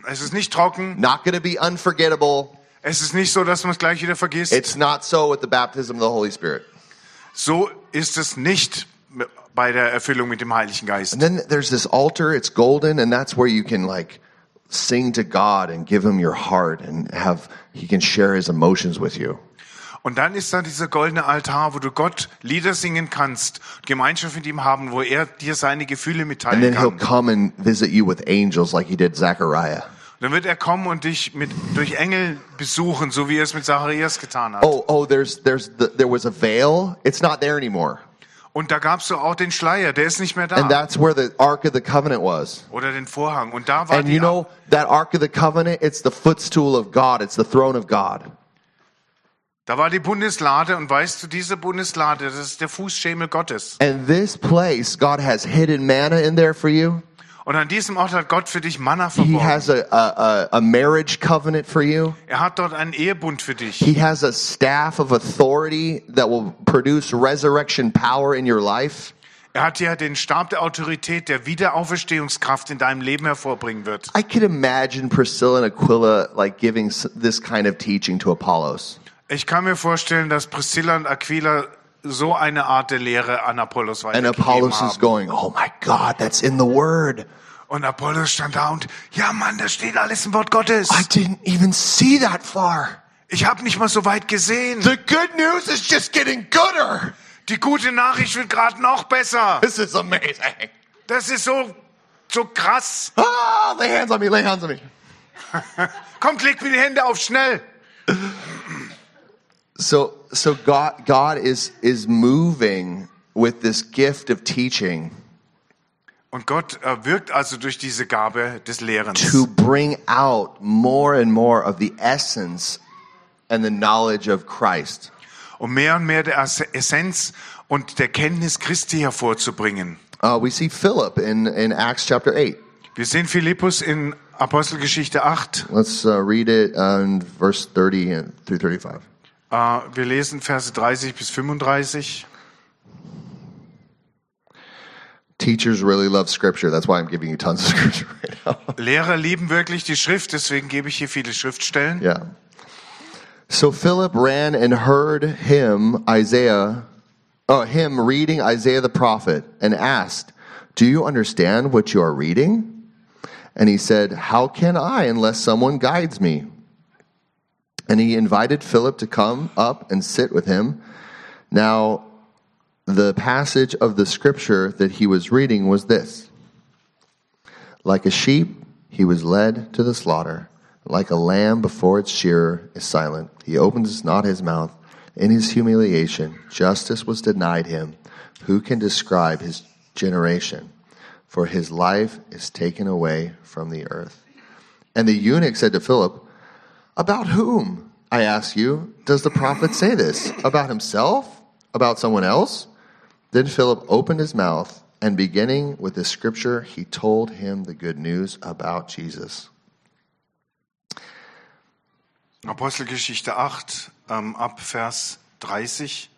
Es ist nicht trocken, not going to be unforgettable. es ist nicht so, dass man es gleich wieder vergisst. It's not so with the baptism of the Holy Spirit. so ist es nicht bei der Erfüllung mit dem Heiligen Geist. And then there's this altar, it's golden, and that's where you can like sing to God and give him your heart and have he can share his emotions with you. Und dann ist da dieser goldene Altar, wo du Gott Lieder singen kannst, Gemeinschaft mit ihm haben, wo er dir seine Gefühle And mitteilen then he'll kann. come and visit you with angels like he did Zechariah. Dann wird er kommen und dich mit, durch Engel besuchen, so wie er es mit Zacharias getan hat. Oh, oh, there's there's the, there was a veil. It's not there anymore. Und da gab's so auch den Schleier, der ist nicht mehr And da. that's where the Ark of the Covenant was. Oder den Vorhang. Und da war And die you know that Ark of the Covenant, it's the footstool of God, it's the throne of God. Da war die Bundeslade und weißt du, diese Bundeslade, das ist der Fußschemel Gottes. And this place, God has hidden manna in there for you. Und an diesem Ort hat Gott für dich Manna He verborgen. has a, a, a, a marriage covenant for you. Er hat dort einen Ehebund für dich. He has a staff of authority that will produce resurrection power in your life. Er hat dir den Stab der Autorität, der Wiederauferstehungskraft in deinem Leben hervorbringen wird. I could imagine Priscilla and Aquila like giving s- this kind of teaching to Apollos. Ich kann mir vorstellen, dass Priscilla und Aquila so eine Art der Lehre an Apollos And weitergegeben Apollos is haben. going, Oh my God, that's in the word. Und Apollos stand da und, ja Mann, da steht alles im Wort Gottes. I didn't even see that far. Ich habe nicht mal so weit gesehen. The good news is just getting gooder. Die gute Nachricht wird gerade noch besser. This is amazing. Das ist so, so krass. Ah, lay hands on me, lay hands on me. Kommt, legt mir die Hände auf, schnell. So so God God is is moving with this gift of teaching. Und Gott äh, wirkt also durch diese Gabe des Lehrens. to bring out more and more of the essence and the knowledge of Christ. Um mehr und mehr der Ess- Essenz und der Kenntnis Christi hervorzubringen. Uh, we see Philip in, in Acts chapter 8. Wir sehen Philippus in Apostelgeschichte 8. Let's uh, read it uh, in verse 30 and through 35. Äh, wir lesen Verse 30 bis 35. Teachers really love scripture. That's why I'm giving you tons of [LAUGHS] scripture right now. Lehrer lieben wirklich die Schrift, deswegen gebe ich hier viele Schriftstellen. Yeah. So Philip ran and heard him, Isaiah, uh, him reading Isaiah the prophet, and asked, Do you understand what you are reading? And he said, How can I unless someone guides me? And he invited Philip to come up and sit with him. Now, the passage of the scripture that he was reading was this. Like a sheep, he was led to the slaughter. Like a lamb before its shearer is silent, he opens not his mouth. In his humiliation, justice was denied him. Who can describe his generation? For his life is taken away from the earth. And the eunuch said to Philip, About whom, I ask you, does the prophet say this? About himself? About someone else? Then Philip opened his mouth, and beginning with the scripture, he told him the good news about Jesus. Apostelgeschichte 8, ähm, ab Vers 30.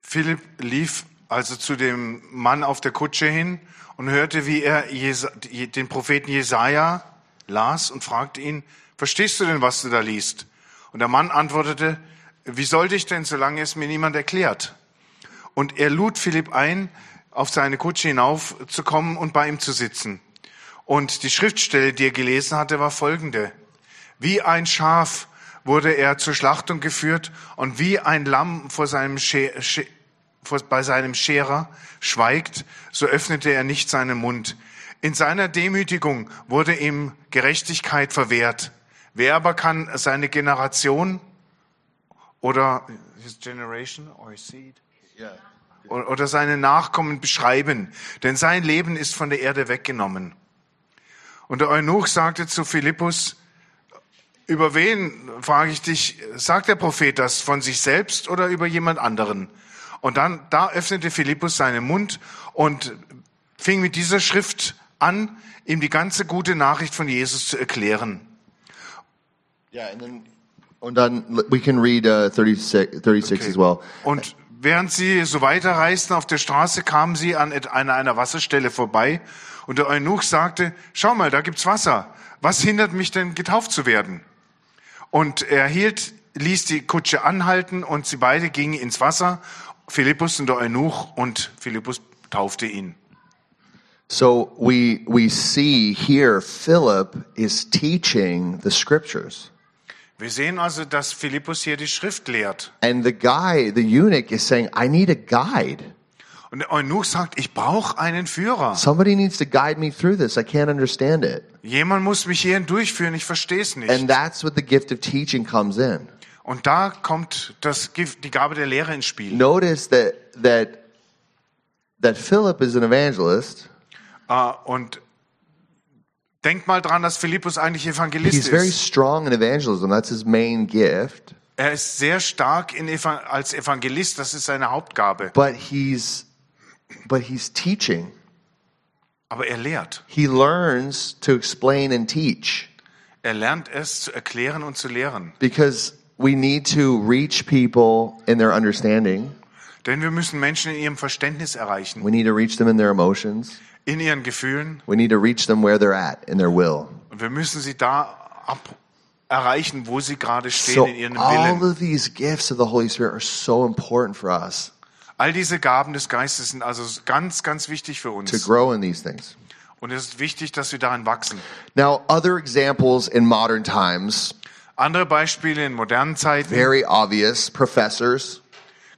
Philipp lief also zu dem Mann auf der Kutsche hin und hörte, wie er Jesa Je- den Propheten Jesaja las und fragte ihn, verstehst du denn, was du da liest? Und der Mann antwortete, wie sollte ich denn, solange es mir niemand erklärt? Und er lud Philipp ein, auf seine Kutsche hinaufzukommen und bei ihm zu sitzen. Und die Schriftstelle, die er gelesen hatte, war folgende. Wie ein Schaf wurde er zur Schlachtung geführt und wie ein Lamm vor seinem Sche Sche vor, bei seinem Scherer schweigt, so öffnete er nicht seinen Mund. In seiner Demütigung wurde ihm Gerechtigkeit verwehrt. Wer aber kann seine Generation oder his generation or seed Yeah. oder seine Nachkommen beschreiben, denn sein Leben ist von der Erde weggenommen. Und der Eunuch sagte zu Philippus, über wen, frage ich dich, sagt der Prophet das, von sich selbst oder über jemand anderen? Und dann, da öffnete Philippus seinen Mund und fing mit dieser Schrift an, ihm die ganze gute Nachricht von Jesus zu erklären. Yeah, and then und dann we can read uh, 36, 36 as well. Und während sie so weiterreisten auf der Straße, kamen sie an et- einer, einer Wasserstelle vorbei. Und der Eunuch sagte, schau mal, da gibt's Wasser. Was hindert mich denn, getauft zu werden? Und er hielt, ließ die Kutsche anhalten und sie beide gingen ins Wasser, Philippus und der Eunuch, und Philippus taufte ihn. So we we see here Philip is teaching the scriptures. Wir sehen also, dass Philippus hier die Schrift lehrt. And the guy, the eunuch is saying, "I need a guide. Und der Eunuch sagt, ich brauche einen Führer. Somebody needs to guide me through this. I can't understand it." Jemand muss mich hierhin durchführen, ich verstehe es nicht. And that's what the gift of teaching comes in. Und da kommt das Gift, die Gabe der Lehre ins Ne- Spiel. Notice that that that Philip is an evangelist. Ah, und denk mal dran, dass Philippus eigentlich He's Evangelist very ist. strong in evangelism. That's his main gift. Er ist sehr stark in Eva als Evangelist, das ist seine Hauptgabe. But he's but he's teaching. Aber er lehrt. He learns to explain and teach Er lernt es zu erklären und zu lehren. because we need to reach people in their understanding. Denn wir müssen Menschen in ihrem Verständnis erreichen, We need to reach them in their emotions. in ihren Gefühlen. We need to reach them where they're at in their will. Und wir müssen sie da ab erreichen, wo sie gerade stehen, So in ihrem all Willen. of these gifts of the Holy Spirit are so important for us All diese Gaben des Geistes sind also ganz, ganz wichtig für to uns. grow in these things. Und es ist wichtig, dass wir daran wachsen. Now, other examples in modern times, Andere Beispiele in modernen Zeiten, very obvious, professors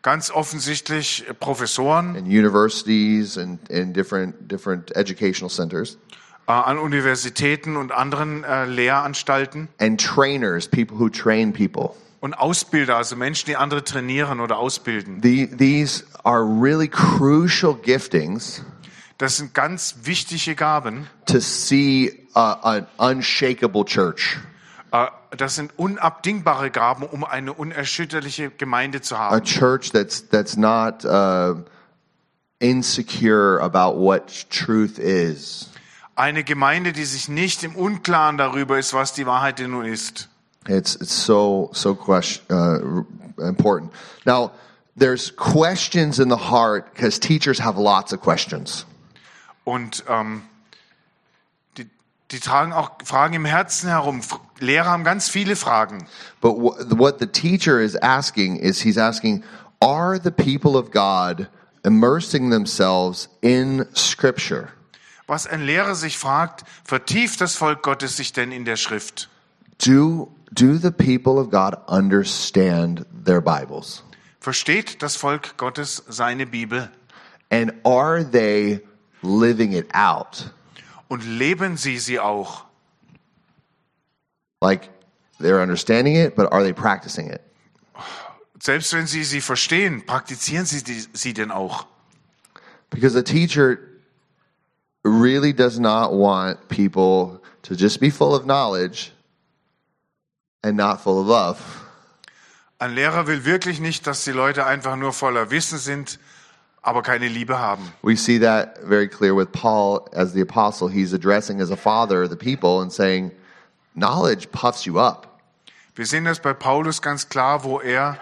ganz offensichtlich äh, Professoren and universities and, and different different educational centers äh, an Universitäten und anderen äh, Lehranstalten and trainers, people who train people. und Ausbilder, also Menschen, die andere trainieren oder ausbilden. The, these are really crucial giftings Das sind ganz wichtige Gaben. to see uh, an unshakable church, Äh, das sind unabdingbare Gaben, um eine unerschütterliche Gemeinde zu a haben. church that's that's not uh, insecure about what truth is. Eine Gemeinde, die sich nicht im Unklaren darüber ist, was die Wahrheit denn nun ist. It's it's so so question, uh, important. Now, there's questions in the heart because teachers have lots of questions. Und ähm, die, die tragen auch Fragen im Herzen herum. F- Lehrer haben ganz viele Fragen. But wh- what the teacher is asking is he's asking, are the people of God immersing themselves in Scripture? Was ein Lehrer sich fragt, vertieft das Volk Gottes sich denn in der Schrift? Do, do the people of God understand their Bibles? Versteht das Volk Gottes seine Bibel? And are they living it out? Und leben sie sie auch? Like they're understanding it, but are they practicing it? Selbst wenn sie sie verstehen, praktizieren sie die, sie denn auch? Because the teacher really does not want people to just be full of knowledge and not full of love. Ein Lehrer will wirklich nicht, dass die Leute einfach nur voller Wissen sind, aber keine Liebe haben. We see that very clear with Paul as the apostle. He's addressing as a father the people and saying, Knowledge puffs you up. Wir sehen das bei Paulus ganz klar, wo er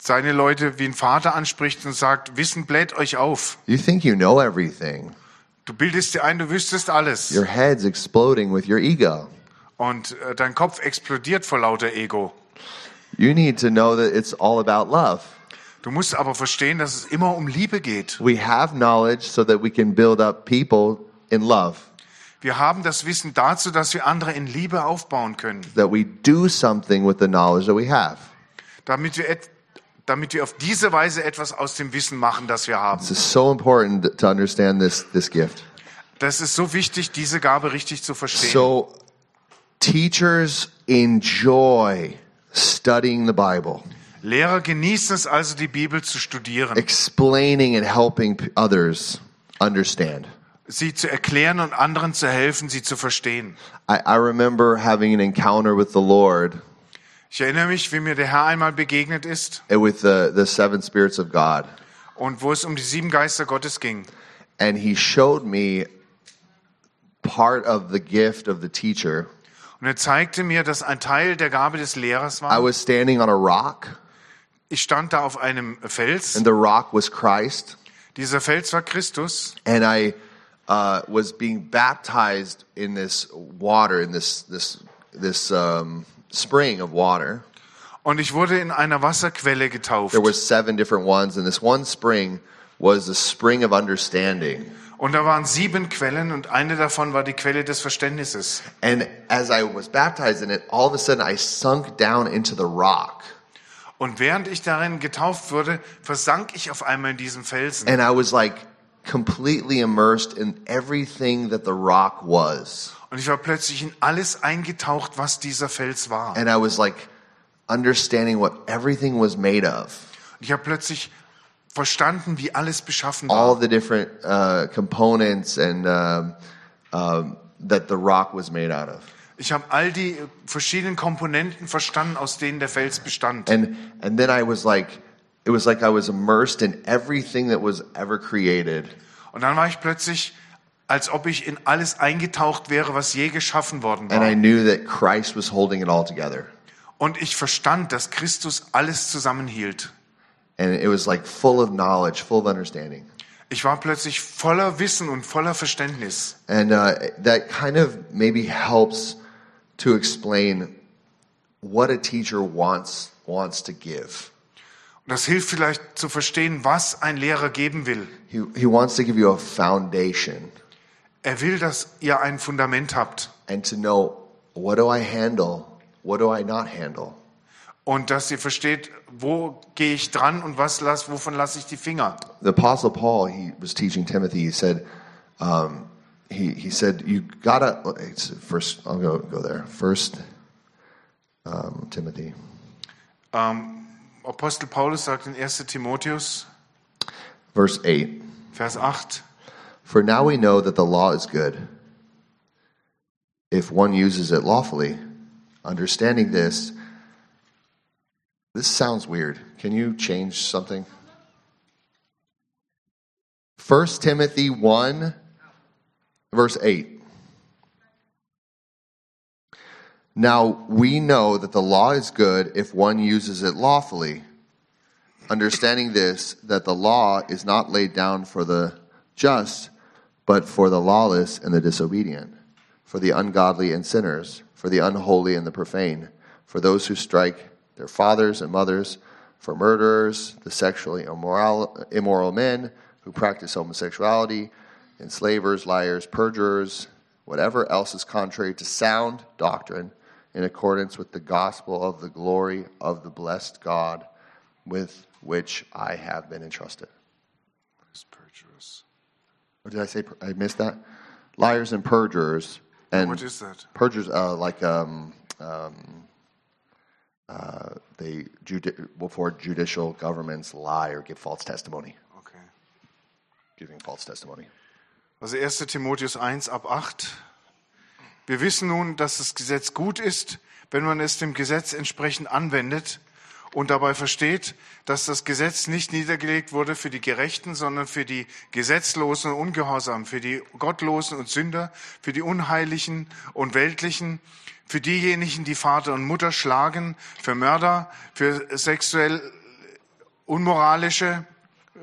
seine Leute wie ein Vater anspricht und sagt, Wissen bläht euch auf. You think you know everything. Du bildest dir ein, du wüsstest alles. Your head's exploding with your ego. Und äh, dein Kopf explodiert vor lauter Ego. You need to know that it's all about love. Du musst aber verstehen, dass es immer um Liebe geht. We have knowledge so that we can build up people in love, Wir haben das Wissen dazu, dass wir andere in Liebe aufbauen können, that we do something with the knowledge that we have. damit wir, et- damit wir auf diese Weise etwas aus dem Wissen machen, das wir haben. It's so important to understand this, this gift. Das ist so wichtig, diese Gabe richtig zu verstehen. So, teachers enjoy studying the Bible, Lehrer genießen es also, die Bibel zu studieren, explaining and helping p- others understand. sie zu erklären und anderen zu helfen, sie zu verstehen. I, I remember having an encounter with the Lord Ich erinnere mich, wie mir der Herr einmal begegnet ist and eh, with the, the seven spirits of God, und wo es um die sieben Geister Gottes ging. and He showed me part of the gift of the teacher. Und er zeigte mir, dass ein Teil der Gabe des Lehrers I war. was standing on a rock, Ich stand da auf einem Fels. and the rock was Christ, Dieser Fels war Christus. and I uh, was being baptized in this water, in this this this um, spring of water. Und ich wurde in einer Wasserquelle getauft. There were seven different ones, and this one spring was the spring of understanding. Und da waren sieben Quellen und eine davon war die Quelle des Verständnisses. And as I was baptized in it, all of a sudden I sunk down into the rock. Und während ich darin getauft wurde, versank ich auf einmal in diesem Felsen. And I was like completely immersed in everything that the rock was. Und ich war plötzlich in alles eingetaucht, was dieser Fels war. And I was like understanding what everything was made of. Ich habe plötzlich verstanden, wie alles beschaffen war. All the different uh, components and um, um, that the rock was made out of. Ich habe all die äh, verschiedenen Komponenten verstanden, aus denen der Fels bestand. And, and then I was like, it was like I was immersed in everything that was ever created. Und dann war ich plötzlich, als ob ich in alles eingetaucht wäre, was je geschaffen worden And war. I knew that Christ was holding it all together. Und ich verstand, dass Christus alles zusammenhielt. and it was like full of knowledge, full of understanding. Ich war plötzlich voller Wissen und voller Verständnis. And uh, that kind of maybe helps to explain what a teacher wants wants to give. Und das hilft vielleicht zu verstehen, was ein Lehrer geben will. He he wants to give you a foundation Er will, dass ihr ein Fundament habt and to know what do I handle, what do I not handle. und dass ihr versteht, wo gehe ich dran und was lass, wovon lasse ich die Finger. The apostle Paul he was teaching Timothy. He said. Um, he, he said, you gotta, it's first, I'll go, go there. First, um, Timothy. Apostel Paulus sagt in 1. Timotheus, Verse 8. Vers 8, For now we know that the law is good if one uses it lawfully. Understanding this, this sounds weird. Can you change something? 1 Timothy 1, verse 8. Now we know that the law is good if one uses it lawfully understanding this that the law is not laid down for the just, but for the lawless and the disobedient, for the ungodly and sinners, for the unholy and the profane, for those who strike their fathers and mothers, for murderers, the sexually immoral, immoral men who practice homosexuality, enslavers, liars, perjurers, whatever else is contrary to sound doctrine in accordance with the gospel of the glory of the blessed God with which I have been entrusted. What did I say? I missed that. Liars and perjurers and What is that? perjurers, uh, like um, um, uh, they judi- before judicial governments lie or give false testimony, Okay. giving false testimony. Also 1. Timotheus 1 ab 8. Wir wissen nun, dass das Gesetz gut ist, wenn man es dem Gesetz entsprechend anwendet und dabei versteht, dass das Gesetz nicht niedergelegt wurde für die Gerechten, sondern für die Gesetzlosen und Ungehorsamen, für die Gottlosen und Sünder, für die Unheiligen und Weltlichen, für diejenigen, die Vater und Mutter schlagen, für Mörder, für sexuell unmoralische,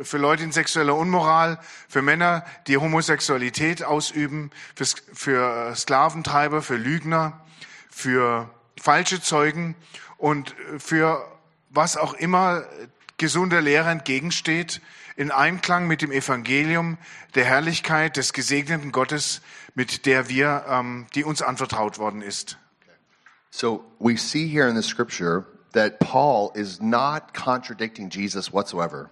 für Leute in sexueller Unmoral, für Männer, die Homosexualität ausüben, für, äh, Sk- für Sklaventreiber, für Lügner, für falsche Zeugen und äh, für was auch immer äh, gesunder Lehre entgegensteht, in Einklang mit dem Evangelium der Herrlichkeit des gesegneten Gottes, mit der wir, ähm, die uns anvertraut worden ist. So we see here in the scripture that Paul is not contradicting Jesus whatsoever.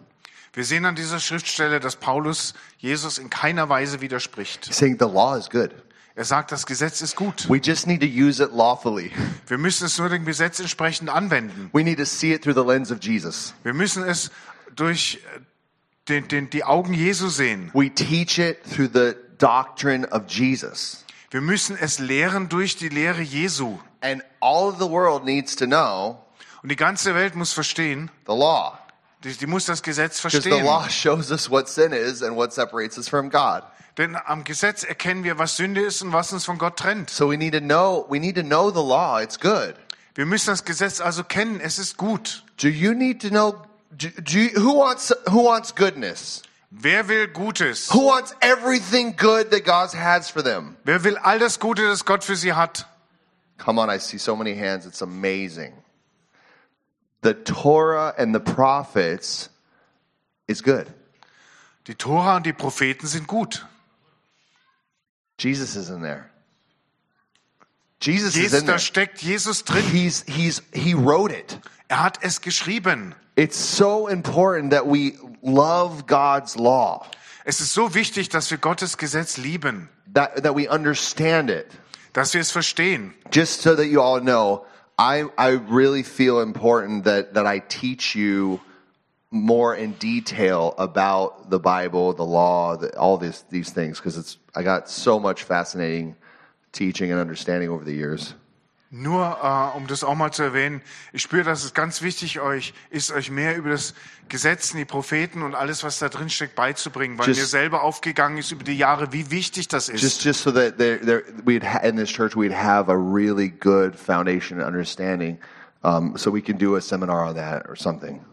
Wir sehen an dieser Schriftstelle, dass Paulus Jesus in keiner Weise widerspricht. He's saying the law is good. Er sagt, das Gesetz ist gut. We just need to use it lawfully. [LAUGHS] Wir müssen es nur dem Gesetz entsprechend anwenden. We need to see it through the lens of Jesus. Wir müssen es durch äh, den, den, die Augen Jesu sehen. We teach it through the doctrine of Jesus. Wir müssen es lehren durch die Lehre Jesu. And all of the world needs to know Und die ganze Welt muss verstehen, the law. die, die muss das Gesetz Because the verstehen. law [LAUGHS] shows us what sin is and what separates us from God. Denn am Gesetz erkennen wir, was Sünde ist und was uns von Gott trennt. So we need to know we need to know the law. It's good. Wir müssen das Gesetz also kennen. Es ist gut. Do you need to know do, do you, who wants who wants goodness? Wer will Gutes? Who wants everything good that God has for them? Wer will all das Gute, das Gott für sie hat? Come on, I see so many hands. It's amazing. The Torah and the prophets is good. Die Tora und die Propheten sind gut. Jesus is in there. Jesus is Jesus, in da there. steckt Jesus drin. He's he's he wrote it. Er hat es geschrieben. It's so important that we love God's law, Es ist so wichtig, dass wir Gottes Gesetz lieben, that, that we understand it. dass wir es verstehen. Just so that you all know, I, I really feel important that, that I teach you more in detail about the Bible, the law, the, all these, these things, because it's I got so much fascinating teaching and understanding over the years. Nur, äh, um das auch mal zu erwähnen, ich spüre, dass es ganz wichtig euch ist, euch mehr über das Gesetz, die Propheten und alles, was da drin steckt, beizubringen, weil Just- mir selber aufgegangen ist über die Jahre, wie wichtig das ist. Just just so that there, there, we'd ha- in this church we'd have a really good foundation and understanding, um, so we can do a seminar on that or something.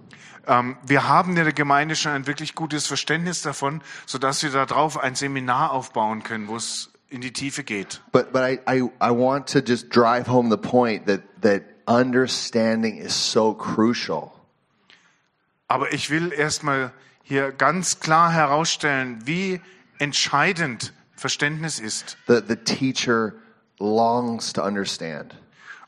ähm, wir haben in der Gemeinde schon ein wirklich gutes Verständnis davon, sodass wir darauf ein Seminar aufbauen können, wo es in die Tiefe geht. But but I, I, I want to just drive home the point that that understanding is so crucial. Aber ich will erstmal hier ganz klar herausstellen, wie entscheidend Verständnis ist That the teacher longs to understand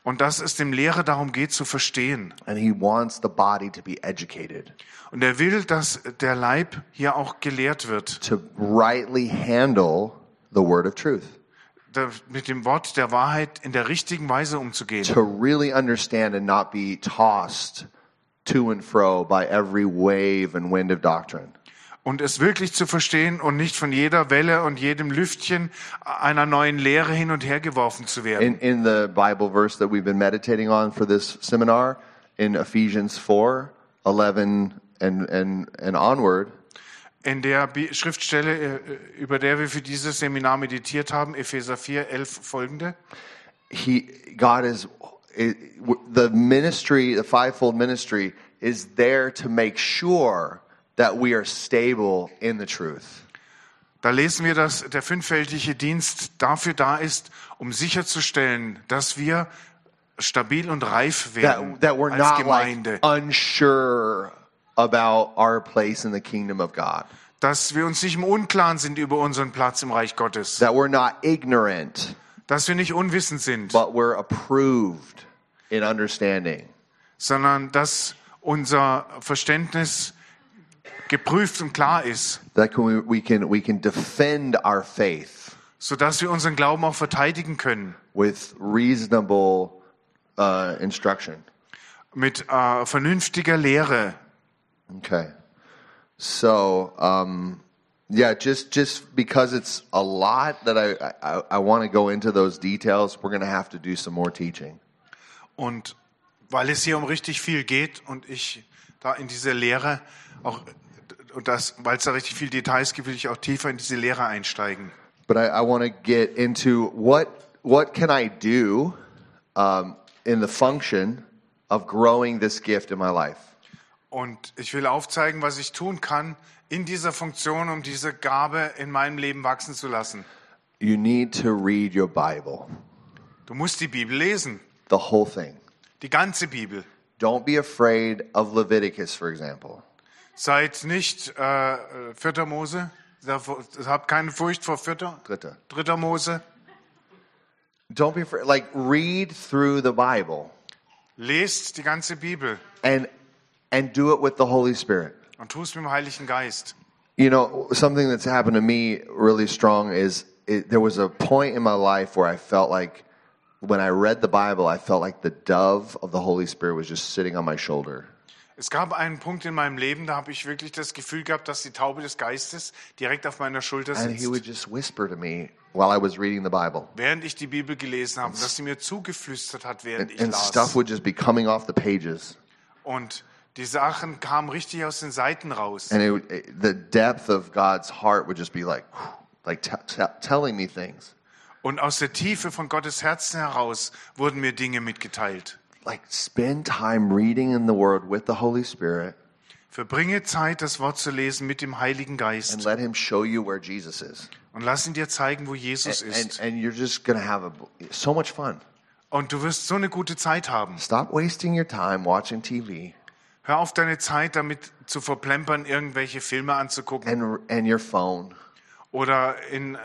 und dass es dem Lehrer darum geht, zu verstehen. and he wants the body to be educated, Und er will, dass der Leib hier auch gelehrt wird, to rightly handle the word of truth, da- mit dem Wort der Wahrheit in der richtigen Weise umzugehen, to really understand and not be tossed to and fro by every wave and wind of doctrine. und es wirklich zu verstehen und nicht von jeder Welle und jedem Lüftchen einer neuen Lehre hin und her geworfen zu werden. In, in the Bible verse that we've been meditating on for this seminar, in Ephesians 4 11 and, and, and onward, In der Bi- Schriftstelle, äh, über der wir für dieses Seminar meditiert haben, Epheser 4, 11 folgende, he, God is, it, w- the ministry, the fivefold ministry, is there to make sure that we are stable in the truth. Da lesen wir, dass der fünffältige Dienst dafür da ist, um sicherzustellen, dass wir stabil und reif werden That, that we're als not like Gemeinde, unsure about our place in the kingdom of God, dass wir uns nicht im Unklaren sind über unseren Platz im Reich Gottes, that we're not ignorant, dass wir nicht unwissend sind, but we're approved in understanding. sondern dass unser Verständnis geprüft und klar ist, that can we, we can we can defend our faith sodass wir unseren Glauben auch verteidigen können with reasonable uh, instruction. mit äh, vernünftiger Lehre. Okay, so um, yeah, just just because it's a lot that I I, I want to go into those details, we're gonna have to do some more teaching. Und weil es hier um richtig viel geht und ich da in diese Lehre auch und das, weil es da richtig viel Details gibt, will ich auch tiefer in diese Lehre einsteigen. But I, I want to get into what what can I do um, in the function of growing this gift in my life. Und ich will aufzeigen, was ich tun kann in dieser Funktion, um diese Gabe in meinem Leben wachsen zu lassen. You need to read your Bible, Du musst die Bibel lesen, the whole thing. Die ganze Bibel. Don't be afraid of Leviticus, for example. Seid nicht äh, äh, vierter Mose. Habt keine Furcht vor vierter, Dritter. dritter Mose. Don't be afraid. Like, read through the Bible Lest die ganze Bibel and and do it with the Holy Spirit. und tu es mit dem Heiligen Geist. You know, something that's happened to me really strong is it, there was a point in my life where I felt like when I read the Bible, I felt like the dove of the Holy Spirit was just sitting on my shoulder. Es gab einen Punkt in meinem Leben, da habe ich wirklich das Gefühl gehabt, dass die Taube des Geistes direkt auf meiner Schulter And he would sitzt, just whisper to me while I was reading the Bible. während ich die Bibel gelesen habe, dass sie mir zugeflüstert hat, während ich And stuff las. would just be coming off the pages. Und die Sachen kamen richtig aus den Seiten raus. And it, would- it, the depth of God's heart would just be like, like t- t- telling me things. Und aus der Tiefe von Gottes Herzen heraus wurden mir Dinge mitgeteilt. Like, spend time reading in the Word with the Holy Spirit Verbringe Zeit, das Wort zu lesen mit dem Heiligen and Geist let Him show you where Jesus is. und lass ihn dir zeigen, wo Jesus and, and, ist. and you're just going to have a, so much fun. Und du wirst so eine gute Zeit haben. Stop wasting your time watching TV Hör auf, deine Zeit damit zu verplempern, irgendwelche Filme anzugucken and, and your phone, oder in äh,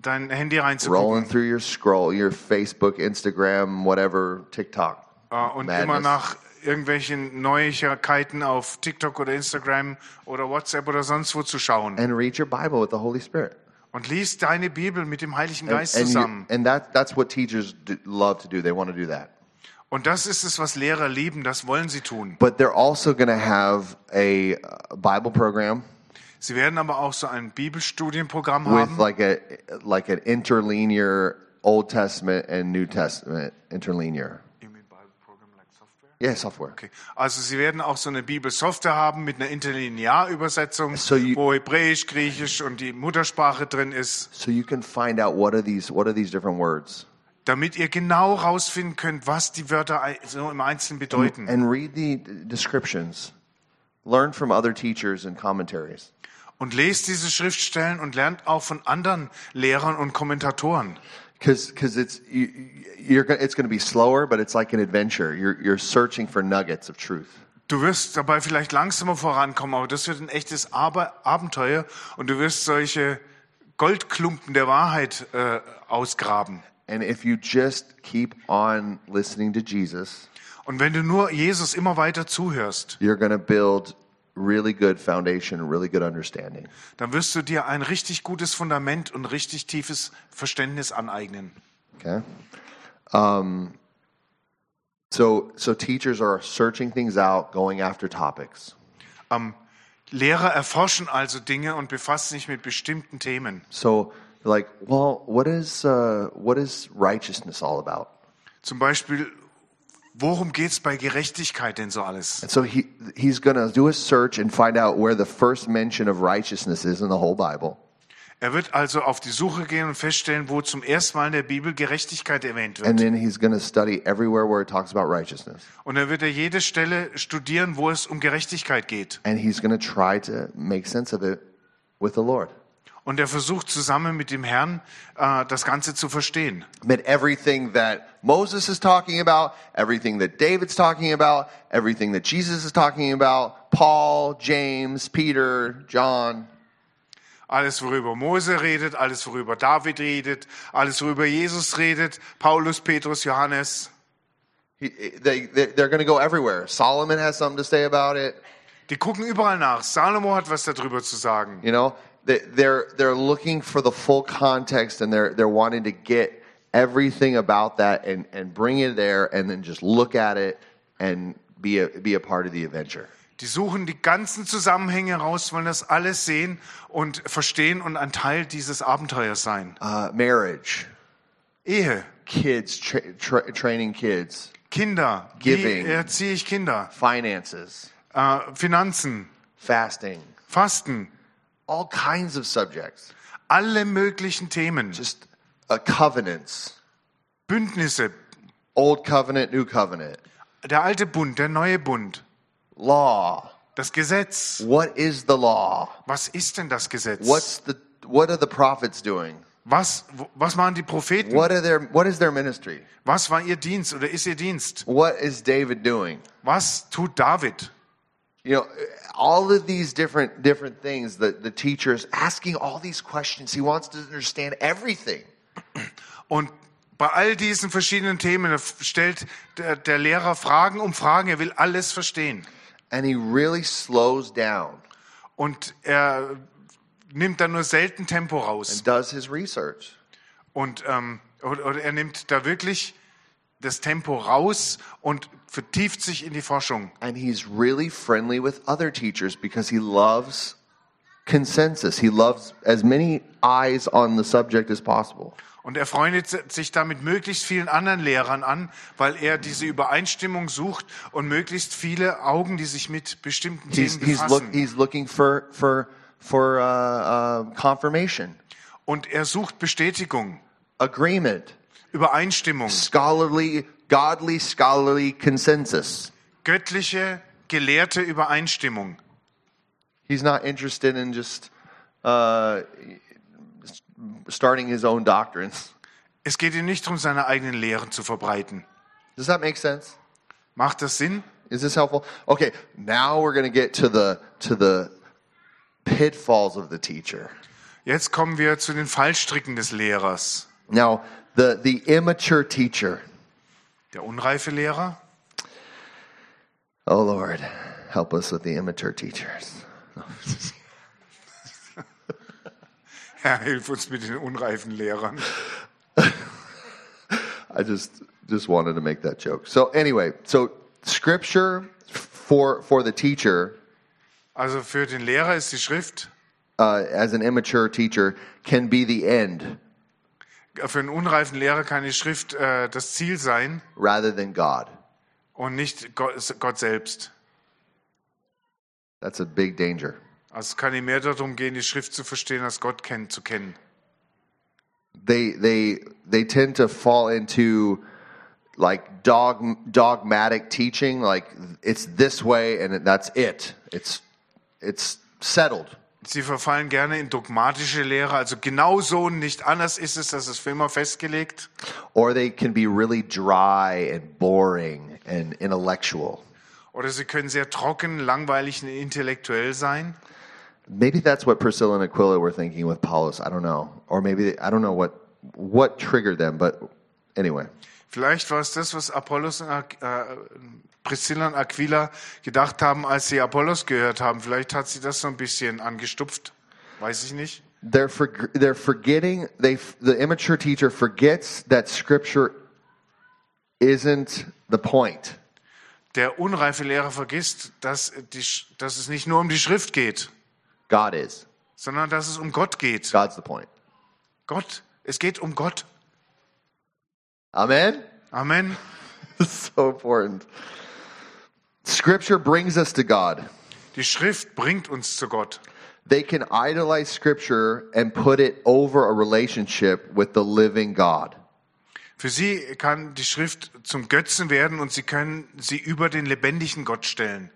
dein Handy rolling reinzugucken through your scroll, your Facebook, Instagram, whatever, TikTok. äh, und immer madness. nach irgendwelchen Neuigkeiten auf TikTok oder Instagram oder WhatsApp oder sonst wo zu schauen. And read your Bible with the Holy Spirit. Und lies deine Bibel mit dem Heiligen Geist and, you- zusammen. and that, that's what teachers do, love to do. They want to do that. Und das ist es, was Lehrer lieben, das wollen sie tun. But they're also going to have a uh, Bible program Sie werden aber auch so ein Bibelstudienprogramm with haben like a like an interlinear Old Testament and New Testament interlinear. Yeah, software. Okay. Also sie werden auch so eine Bibelsoftware haben mit einer Interlinearübersetzung, So you- wo Hebräisch, Griechisch und die Muttersprache drin ist, So you can find out what are these what are these different words damit ihr genau rausfinden könnt, was die Wörter ei- so im Einzelnen bedeuten. and read the d- descriptions. Learn from other teachers and commentaries. Und lest diese Schriftstellen und lernt auch von anderen Lehrern und Kommentatoren. Because it's you, you're go- it's going to be slower, but it's like an adventure. You're you're searching for nuggets of truth. Du wirst dabei vielleicht langsamer vorankommen, aber das wird ein echtes Aber Abenteuer und du wirst solche Goldklumpen der Wahrheit äh, ausgraben. And if you just keep on listening to Jesus, Und wenn du nur Jesus immer weiter zuhörst, you're going to build really good foundation, really good understanding. dann wirst du dir ein richtig gutes Fundament und richtig tiefes Verständnis aneignen. Okay. Um, so so teachers are searching things out, going after topics. Lehrer erforschen also Dinge und befassen sich mit bestimmten Themen. So like, well, what is uh, what is righteousness all about? Zum Beispiel, worum geht's bei Gerechtigkeit denn so alles? And so he he's going to do a search and find out where the first mention of righteousness is in the whole Bible. Er wird also auf die Suche gehen und feststellen, wo zum ersten Mal in der Bibel Gerechtigkeit erwähnt And wird. then he's going to study everywhere where it talks about righteousness. Und dann wird er jede Stelle studieren, wo es um Gerechtigkeit geht. And he's going to try to make sense of it with the Lord. Und er versucht zusammen mit dem Herrn äh, das Ganze zu verstehen. But everything that Moses is talking about, everything that David's talking about, everything that Jesus is talking about, Paul, James, Peter, John, Alles, worüber Mose redet, alles, worüber David redet, alles, worüber Jesus redet, Paulus, Petrus, Johannes, he, they, they, they're going to go everywhere. Solomon has something to say about it. die gucken überall nach. Salomo hat was darüber zu sagen. You know, they, they're, they're looking for the full context and they're, they're wanting to get everything about that and, and bring it there and then just look at it and be a, be a part of the adventure. Die suchen die ganzen Zusammenhänge raus, wollen das alles sehen und verstehen und ein Teil dieses Abenteuers sein. Uh, marriage, Ehe, kids, tra- tra- training kids, Kinder, Giving. wie erziehe ich Kinder, finances, äh, Finanzen, fasting, Fasten, all kinds of subjects. alle möglichen Themen, Just uh, covenants, Bündnisse, old covenant, new covenant, der alte Bund, der neue Bund, law. das Gesetz. What is the law? Was ist denn das Gesetz? What's the what are the prophets doing? Was, wo- was machen die Propheten? What are their what is their ministry? Was war ihr Dienst oder ist ihr Dienst? What is David doing? Was tut David? You know, all of these different different things that the teacher is asking all these questions. He wants to understand everything. Und bei all diesen verschiedenen Themen stellt der, der Lehrer Fragen um Fragen. Er will alles verstehen. And he really slows down Und er nimmt da nur selten Tempo raus. and does his research. Und ähm, oder, oder er nimmt da wirklich das Tempo raus und vertieft sich in die Forschung. And he's really friendly with other teachers because he loves consensus. He loves as many eyes on the subject as possible. Und er freundet sich da mit möglichst vielen anderen Lehrern an, weil er diese Übereinstimmung sucht und möglichst viele Augen, die sich mit bestimmten He's Themen he's, look, befassen. he's looking for for for uh, uh, confirmation, Und er sucht Bestätigung, agreement, Übereinstimmung, scholarly, godly, scholarly consensus. göttliche, gelehrte Übereinstimmung. He's not interested in just uh, starting his own doctrines. Es geht ihm nicht darum, seine eigenen Lehren zu verbreiten. Does that make sense? Macht das Sinn? Is this helpful? Okay, now we're going to get to the to the pitfalls of the teacher. Jetzt kommen wir zu den Fallstricken des Lehrers. Now, the the immature teacher. Der unreife Lehrer? [LAUGHS] Oh Lord, help us with the immature teachers. Herr, hilf uns mit den unreifen Lehrern. I just just wanted to make that joke. So anyway, so scripture for for the teacher Also für den Lehrer ist die Schrift, uh, as an immature teacher can be the end äh, für einen unreifen Lehrer kann die Schrift äh, das Ziel sein rather than God. und nicht Gott, Gott selbst. That's a big danger. Also es kann ihm mehr darum gehen, die Schrift zu verstehen, als Gott kennen, zu kennen. They they they tend to fall into like dog, dogmatic teaching, like it's this way and that's it. It's it's settled. Sie verfallen gerne in dogmatische Lehre, also genau so und nicht anders ist es, das ist für immer festgelegt. Or they can be really dry and boring and intellectual. Oder sie können sehr trocken, langweilig und intellektuell sein. Maybe that's what Priscilla and Aquila were thinking with Paulus. I don't know. Or maybe they, I don't know what what triggered them, but anyway. Vielleicht war es das, was Apollos und Ak- äh, Priscilla und Aquila gedacht haben, als sie Apollos gehört haben. Vielleicht hat sie das so ein bisschen angestupft. Weiß ich nicht. They're for, they're forgetting they f- the immature teacher forgets that scripture isn't the point. Der unreife Lehrer vergisst, dass, die, Sch- dass es nicht nur um die Schrift geht, God is. sondern dass es um Gott geht. God's the point. Gott. Es geht um Gott. Amen. [LAUGHS] Amen. so important. Scripture brings us to God. Die Schrift bringt uns zu Gott. They can idolize scripture and put it over a relationship with the living God. Für sie kann die Schrift zum Götzen werden und sie können sie über den lebendigen Gott stellen.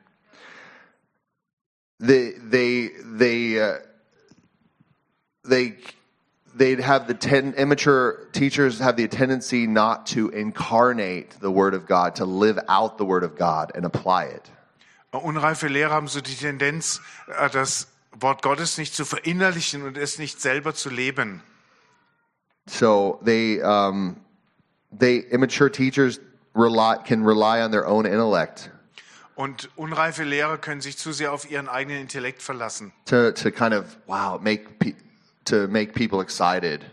they they they uh, they they'd have the ten immature teachers have the tendency not to incarnate the word of God to live out the word of God and apply it. Unreife Lehrer haben so die Tendenz, äh, das Wort Gottes nicht zu verinnerlichen und es nicht selber zu leben. So they um, they immature teachers rely can rely on their own intellect Und unreife Lehrer können sich zu sehr auf ihren eigenen Intellekt verlassen, to to kind of wow make pe- to make people excited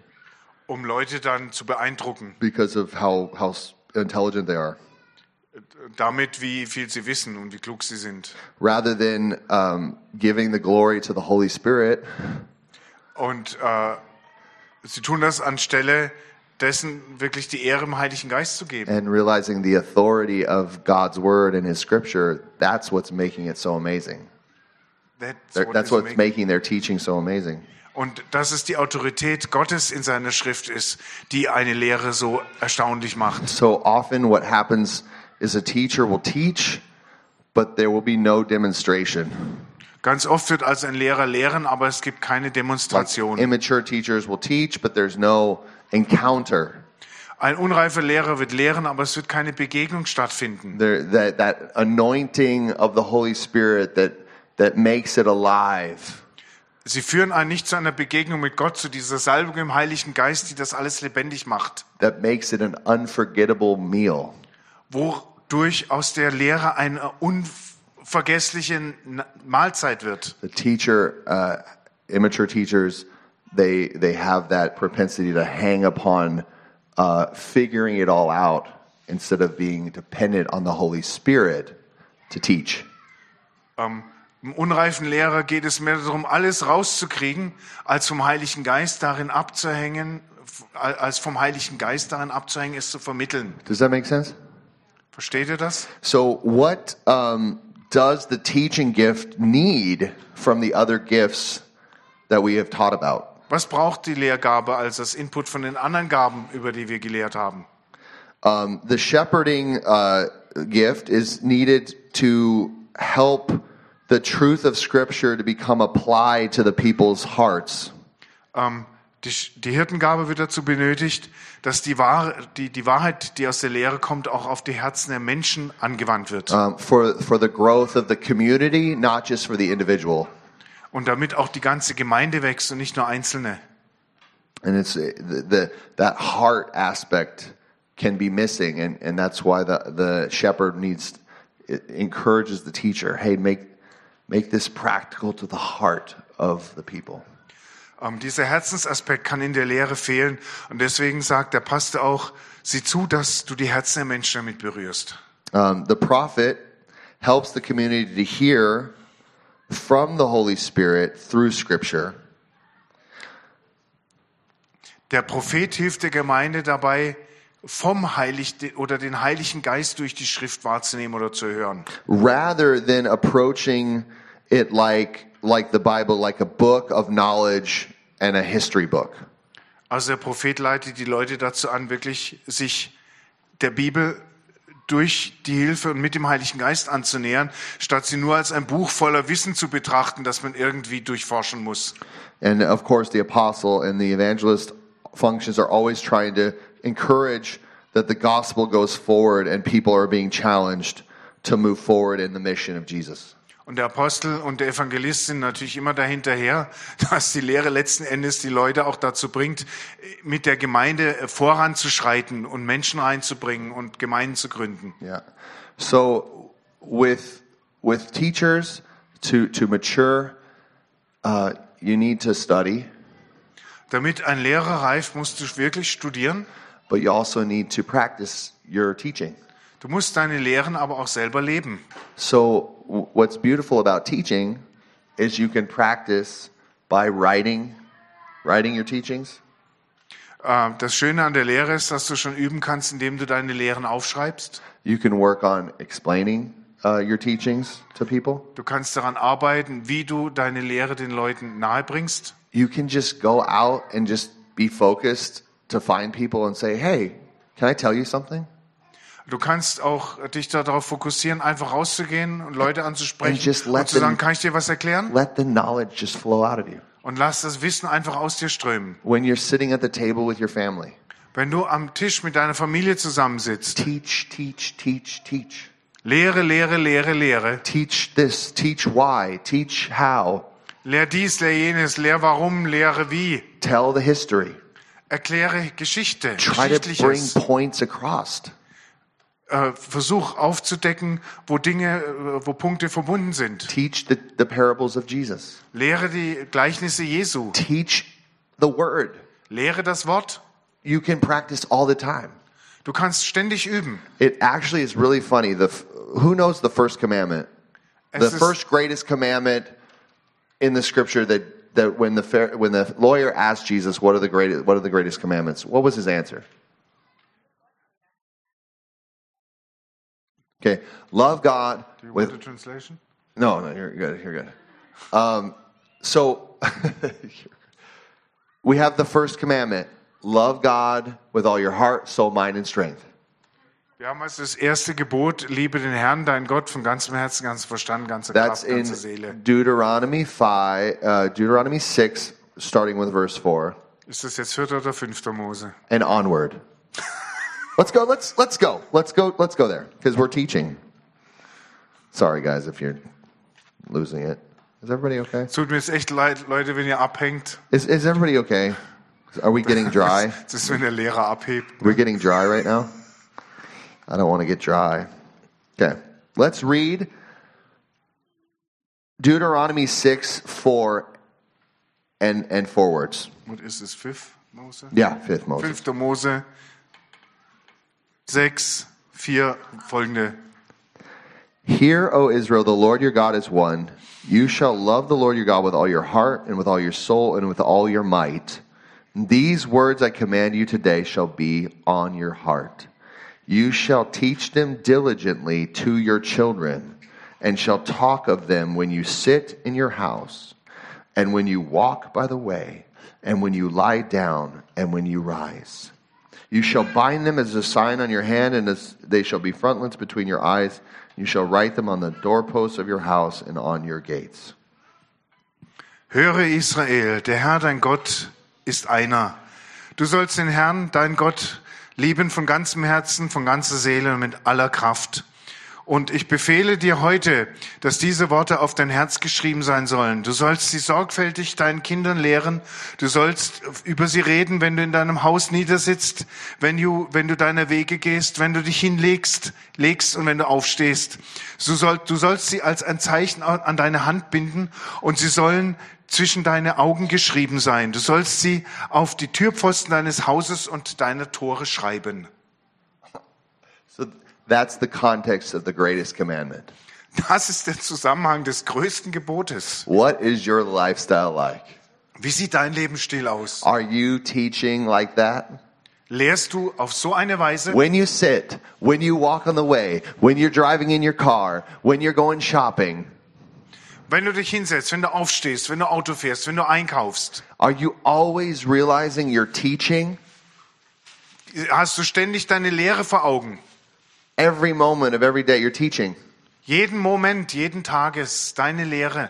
um Leute dann zu beeindrucken, because of how how s- intelligent they are. damit wie viel sie wissen und wie klug sie sind. Rather than um, giving the glory to the Holy Spirit, Und äh, sie tun das anstelle dessen wirklich die Ehre im Heiligen Geist zu geben. and realizing the authority of God's word and his scripture, that's what's making it so amazing. That's They're- what That's is what's making- making their teaching so amazing. Und dass es die Autorität Gottes in seiner Schrift ist, die eine Lehre so erstaunlich macht. So often, what happens is a teacher will teach, but there will be no demonstration. Ganz oft wird also ein Lehrer lehren, aber es gibt keine Demonstration. Immature teachers will teach, but there's no encounter. Ein unreifer Lehrer wird lehren, aber es wird keine Begegnung stattfinden. There, that, that anointing of the Holy Spirit that, that makes it alive. Sie führen einen nicht zu einer Begegnung mit Gott, zu dieser Salbung im Heiligen Geist, die das alles lebendig macht. that makes it an unforgettable meal. Wodurch aus der Lehre eine unvergessliche Na- Mahlzeit wird. The teacher, uh, immature teachers, they they have that propensity to hang upon uh, figuring it all out instead of being dependent on the Holy Spirit to teach. Im unreifen Lehrer geht es mehr darum, alles rauszukriegen, als vom Heiligen Geist darin abzuhängen, f- als vom Heiligen Geist darin abzuhängen, es zu vermitteln. Does that make sense? Versteht ihr das? So, what um, does the teaching gift need from the other gifts that we have taught about? Was braucht die Lehrgabe als das Input von den anderen Gaben, über die wir gelehrt haben? Um, the shepherding uh, gift is needed to help the truth of Scripture to become applied to the people's hearts. Ähm, die, Sch- die Hirtengabe wird dazu benötigt, dass die, Wahr, die, die Wahrheit, die aus der Lehre kommt, auch auf die Herzen der Menschen angewandt wird. Um, for, for the growth of the community, not just for the individual. Und damit auch die ganze Gemeinde wächst und nicht nur Einzelne. And it's uh, the, the, that heart aspect can be missing, and, and that's why the, the shepherd needs it encourages the teacher, hey, make make this practical to the heart of the people. Ähm, dieser Herzensaspekt kann in der Lehre fehlen. Und deswegen sagt der Pastor auch, sieh zu, dass du die Herzen der Menschen damit berührst. Um, the prophet helps the community to hear from the Holy Spirit through Scripture, Der Prophet hilft der Gemeinde dabei, vom Heiligen oder den Heiligen Geist durch die Schrift wahrzunehmen oder zu hören. rather than approaching it like like the Bible, like a book of knowledge and a history book. Also der Prophet leitet die Leute dazu an, wirklich sich der Bibel durch die Hilfe und mit dem Heiligen Geist anzunähern, statt sie nur als ein Buch voller Wissen zu betrachten, das man irgendwie durchforschen muss. And of course, the apostle and the evangelist functions are always trying to encourage that the gospel goes forward and people are being challenged to move forward in the mission of Jesus. Und der Apostel und der Evangelist sind natürlich immer dahinterher, [LAUGHS] dass die Lehre letzten Endes die Leute auch dazu bringt, mit der Gemeinde äh, voranzuschreiten und Menschen reinzubringen und Gemeinden zu gründen. Yeah. So with with teachers to to mature, uh, you need to study, Damit ein Lehrer reift, musst du wirklich studieren. but you also need to practice your teaching. Du musst deine Lehren aber auch selber leben. So w- what's beautiful about teaching is you can practice by writing writing your teachings. Äh, Das Schöne an der Lehre ist, dass du schon üben kannst, indem du deine Lehren aufschreibst. You can work on explaining uh, your teachings to people. Du kannst daran arbeiten, wie du deine Lehre den Leuten nahebringst. You can just go out and just be focused to find people and say, "Hey, can I tell you something?" Du kannst auch dich darauf fokussieren, einfach rauszugehen und Leute And just anzusprechen let und zu sagen, them- kann ich dir was erklären? Let the knowledge just flow out of you. Und lass das Wissen einfach aus dir strömen. when you're sitting at the table with your family. Wenn du am Tisch mit deiner Familie zusammensitzt, Teach, teach, teach, teach. Lehre, Lehre, Lehre, Lehre. Teach this, teach why, teach how. Lehr dies, lehr jenes, lehr warum, lehre wie. Tell the history. Erkläre Geschichte, Try to bring Geschichtliches. points across. Äh, versuch aufzudecken, wo Dinge, äh, wo Punkte verbunden sind. Teach the, the parables of Jesus. Lehre die Gleichnisse Jesu. Teach the word. Lehre das Wort. You can practice all the time. Du kannst ständig üben. It actually is really funny. The f- who knows the first commandment? Es The ist- first greatest commandment in the scripture that, that when the Phar- when the lawyer asked Jesus, "What are the greatest what are the greatest commandments?" What was his answer? Okay, love God with Translation? no, no, you're good. You're good. Um, so [LAUGHS] we have the first commandment: love God with all your heart, soul, mind, and strength. Wir haben als das erste Gebot, liebe den Herrn, dein Gott, von ganzem Herzen, ganzem Verstand, ganzer That's Kraft, in ganzer Seele. Deuteronomy 5, uh, Deuteronomy 6, starting with verse 4 Ist das jetzt vierter oder fünfter Mose? and onward. let's go. Let's let's go. Let's go. Let's go there because we're teaching. Sorry, guys, if you're losing it. Is everybody okay? Es tut mir jetzt echt leid, Leute, wenn ihr abhängt. Is is everybody okay? Are we getting [LAUGHS] dry? Das ist, wenn der Lehrer abhebt. We're getting dry right now. I don't want to get dry. Okay. Let's read Deuteronomy 6, 4 and, and forwards. Und ist es fünf Mose? Yeah, fifth Moses. Fünfter Mose. Sechs, vier, folgende. Hear, O Israel, the Lord your God is one. You shall love the Lord your God with all your heart and with all your soul and with all your might. These words I command you today shall be on your heart. You shall teach them diligently to your children and shall talk of them when you sit in your house and when you walk by the way and when you lie down and when you rise. You shall bind them as a sign on your hand, and as they shall be frontlets between your eyes. You shall write them on the doorposts of your house and on your gates. Höre Israel, der Herr dein Gott ist einer. Du sollst den Herrn, dein Gott, lieben von ganzem Herzen, von ganzer Seele und mit aller Kraft. Und ich befehle dir heute, dass diese Worte auf dein Herz geschrieben sein sollen. Du sollst sie sorgfältig deinen Kindern lehren. Du sollst über sie reden, wenn du in deinem Haus niedersitzt, wenn du, wenn du deine Wege gehst, wenn du dich hinlegst, legst und wenn du aufstehst. So soll, du sollst sie als ein Zeichen an an deine Hand binden und sie sollen zwischen deine Augen geschrieben sein. Du sollst sie auf die Türpfosten deines Hauses und deiner Tore schreiben. So that's the context of the greatest commandment. Das ist der Zusammenhang des größten Gebotes. What is your lifestyle like? Wie sieht dein Lebensstil aus? Are you teaching like that? Lehrst du auf so eine Weise? When you sit, when you walk on the way, when you're driving in your car, when you're going shopping, Wenn du dich hinsetzt, wenn du aufstehst, wenn du Auto fährst, wenn du einkaufst, are you always realizing you're teaching? hast du ständig deine Lehre vor Augen. Every moment of every day, you're teaching. Jeden Moment, jeden Tages deine Lehre.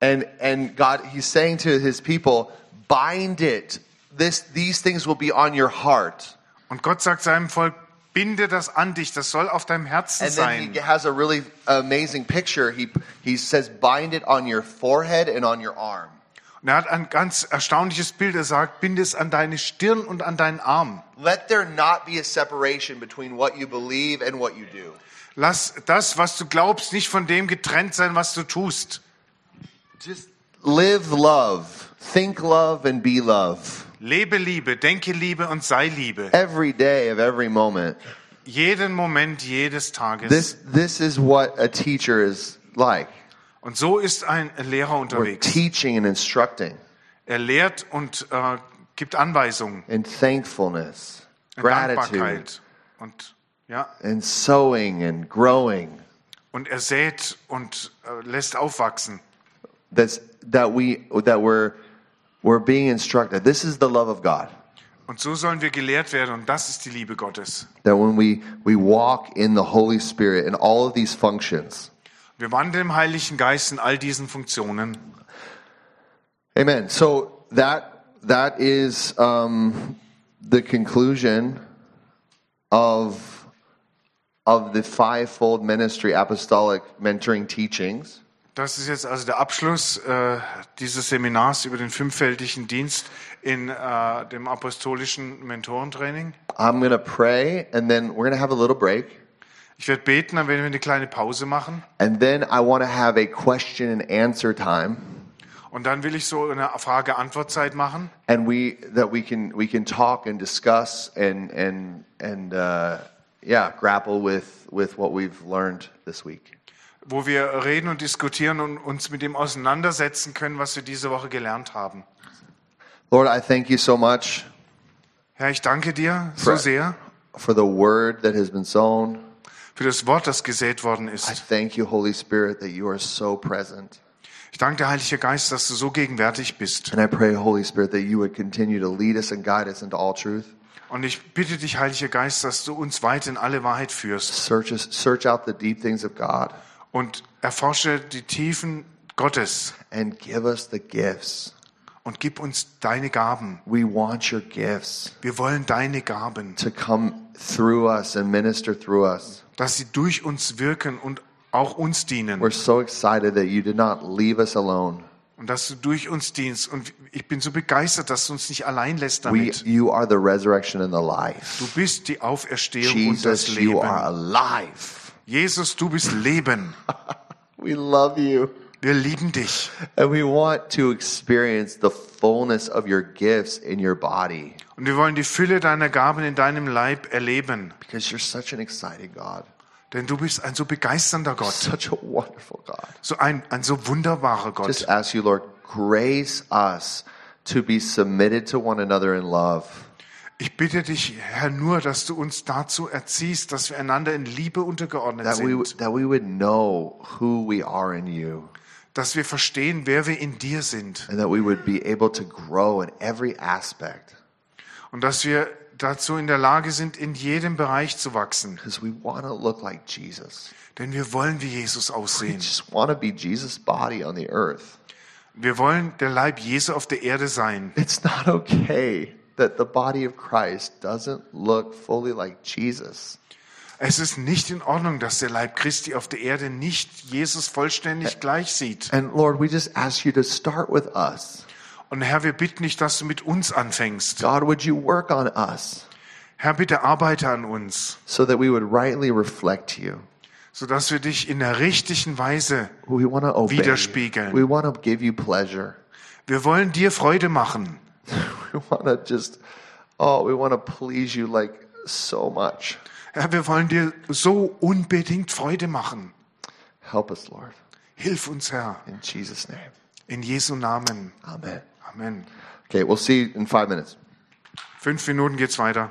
And and God he's saying to his people, bind it. This these things will be on your heart. Und Gott sagt seinem Volk, binde das an dich, das soll auf deinem Herzen And then he sein. has a really amazing picture. He he says bind it on your forehead and on your arm. Und er hat ein ganz erstaunliches Bild, er sagt, binde es an deine Stirn und an deinen Arm. Let there not be a separation between what you believe and what you do. Lass das, was du glaubst, nicht von dem getrennt sein, was du tust. Just live love, think love and be love. Lebe Liebe, denke Liebe und sei Liebe. Every day of every moment. Jeden Moment jedes Tages. This this is what a teacher is like. und so ist ein Lehrer We're unterwegs. teaching and instructing. Er lehrt und äh, gibt Anweisungen, and thankfulness, und gratitude, Dankbarkeit und ja, and sowing and growing. und er sät und äh, lässt aufwachsen. That's that we that we're we're being instructed. This is the love of God. Und so sollen wir gelehrt werden und das ist die Liebe Gottes. That when we we walk in the Holy Spirit in all of these functions. Wir wandeln im Heiligen Geist in all diesen Funktionen. Amen. So that that is um, the conclusion of of the fivefold ministry apostolic mentoring teachings. Das ist jetzt also der Abschluss äh, dieses Seminars über den fünffältigen Dienst in äh, dem apostolischen Mentorentraining. I'm going to pray and then we're going to have a little break. Ich werde beten, dann werden wir eine kleine Pause machen. And then I want to have a question and answer time Und dann will ich so eine Frage-Antwort-Zeit machen. and we that we can we can talk and discuss and and and uh, yeah, grapple with with what we've learned this week. wo wir reden und diskutieren und uns mit dem auseinandersetzen können, was wir diese Woche gelernt haben. Lord, I thank you so much Herr, ich danke dir so Right. sehr for the word that has been sown. für das Wort, das gesät worden I ist. thank you, Holy Spirit, that you are so present. Ich danke dir, Heiliger Geist, dass du so gegenwärtig bist. And I pray, Holy Spirit, that you would continue to lead us and guide us into all truth. Und ich bitte dich, Heiliger Geist, dass du uns weit in alle Wahrheit führst Search, us- search out the deep things of God und erforsche die Tiefen Gottes and give us the gifts. und gib uns deine Gaben. We want your gifts Wir wollen deine Gaben, to come through us and minister through us. dass sie durch uns wirken und auch uns dienen. We're so excited that you did not leave us alone. Und dass du durch uns dienst. Und ich bin so begeistert, dass du uns nicht allein lässt We, damit. you are the resurrection and the life. Du bist die Auferstehung und das Jesus, you are Leben. alive. Jesus, du bist Leben. We love you. Wir lieben dich. And we want to experience the fullness of your gifts in your body Und wir wollen die Fülle deiner Gaben in deinem Leib erleben. because you're such an exciting God, Denn du bist ein so begeisternder Gott. such a wonderful God. So ein, ein so wunderbarer Just Gott. ask you, Lord, grace us to be submitted to one another in love. Ich bitte dich, Herr, nur, dass du uns dazu erziehst, dass wir einander in Liebe untergeordnet That we, sind. would- that we would know who we are in you Dass wir verstehen, wer wir in dir sind. and that we would be able to grow in every aspect Und dass wir dazu in der Lage sind, in jedem Bereich zu wachsen. because we want to look like Jesus. Denn wir wollen wie Jesus We aussehen. just want to be Jesus' body on the earth. Wir wollen der Leib Jesu auf der Erde sein. It's not okay that the body of Christ doesn't look fully like Jesus. Es ist nicht in Ordnung, dass der Leib Christi auf der Erde nicht Jesus vollständig gleich sieht. And Lord, we just ask you to start with us. Und Herr, wir bitten dich, dass du mit uns anfängst. God, would you work on us Herr, bitte arbeite an uns, so that we would rightly reflect you? sodass wir dich in der richtigen Weise, We want to obey. Widerspiegeln. You. We want to give you pleasure. [LAUGHS] wir wollen dir Freude machen. We want to just, oh, we want to please you like so much. Herr, wir wollen dir so unbedingt Freude machen. Help us, Lord. Hilf uns, Herr, In Jesus' name. in Jesu Namen. Amen. Amen. Okay, we'll see you in five minutes. Fünf Minuten geht's weiter.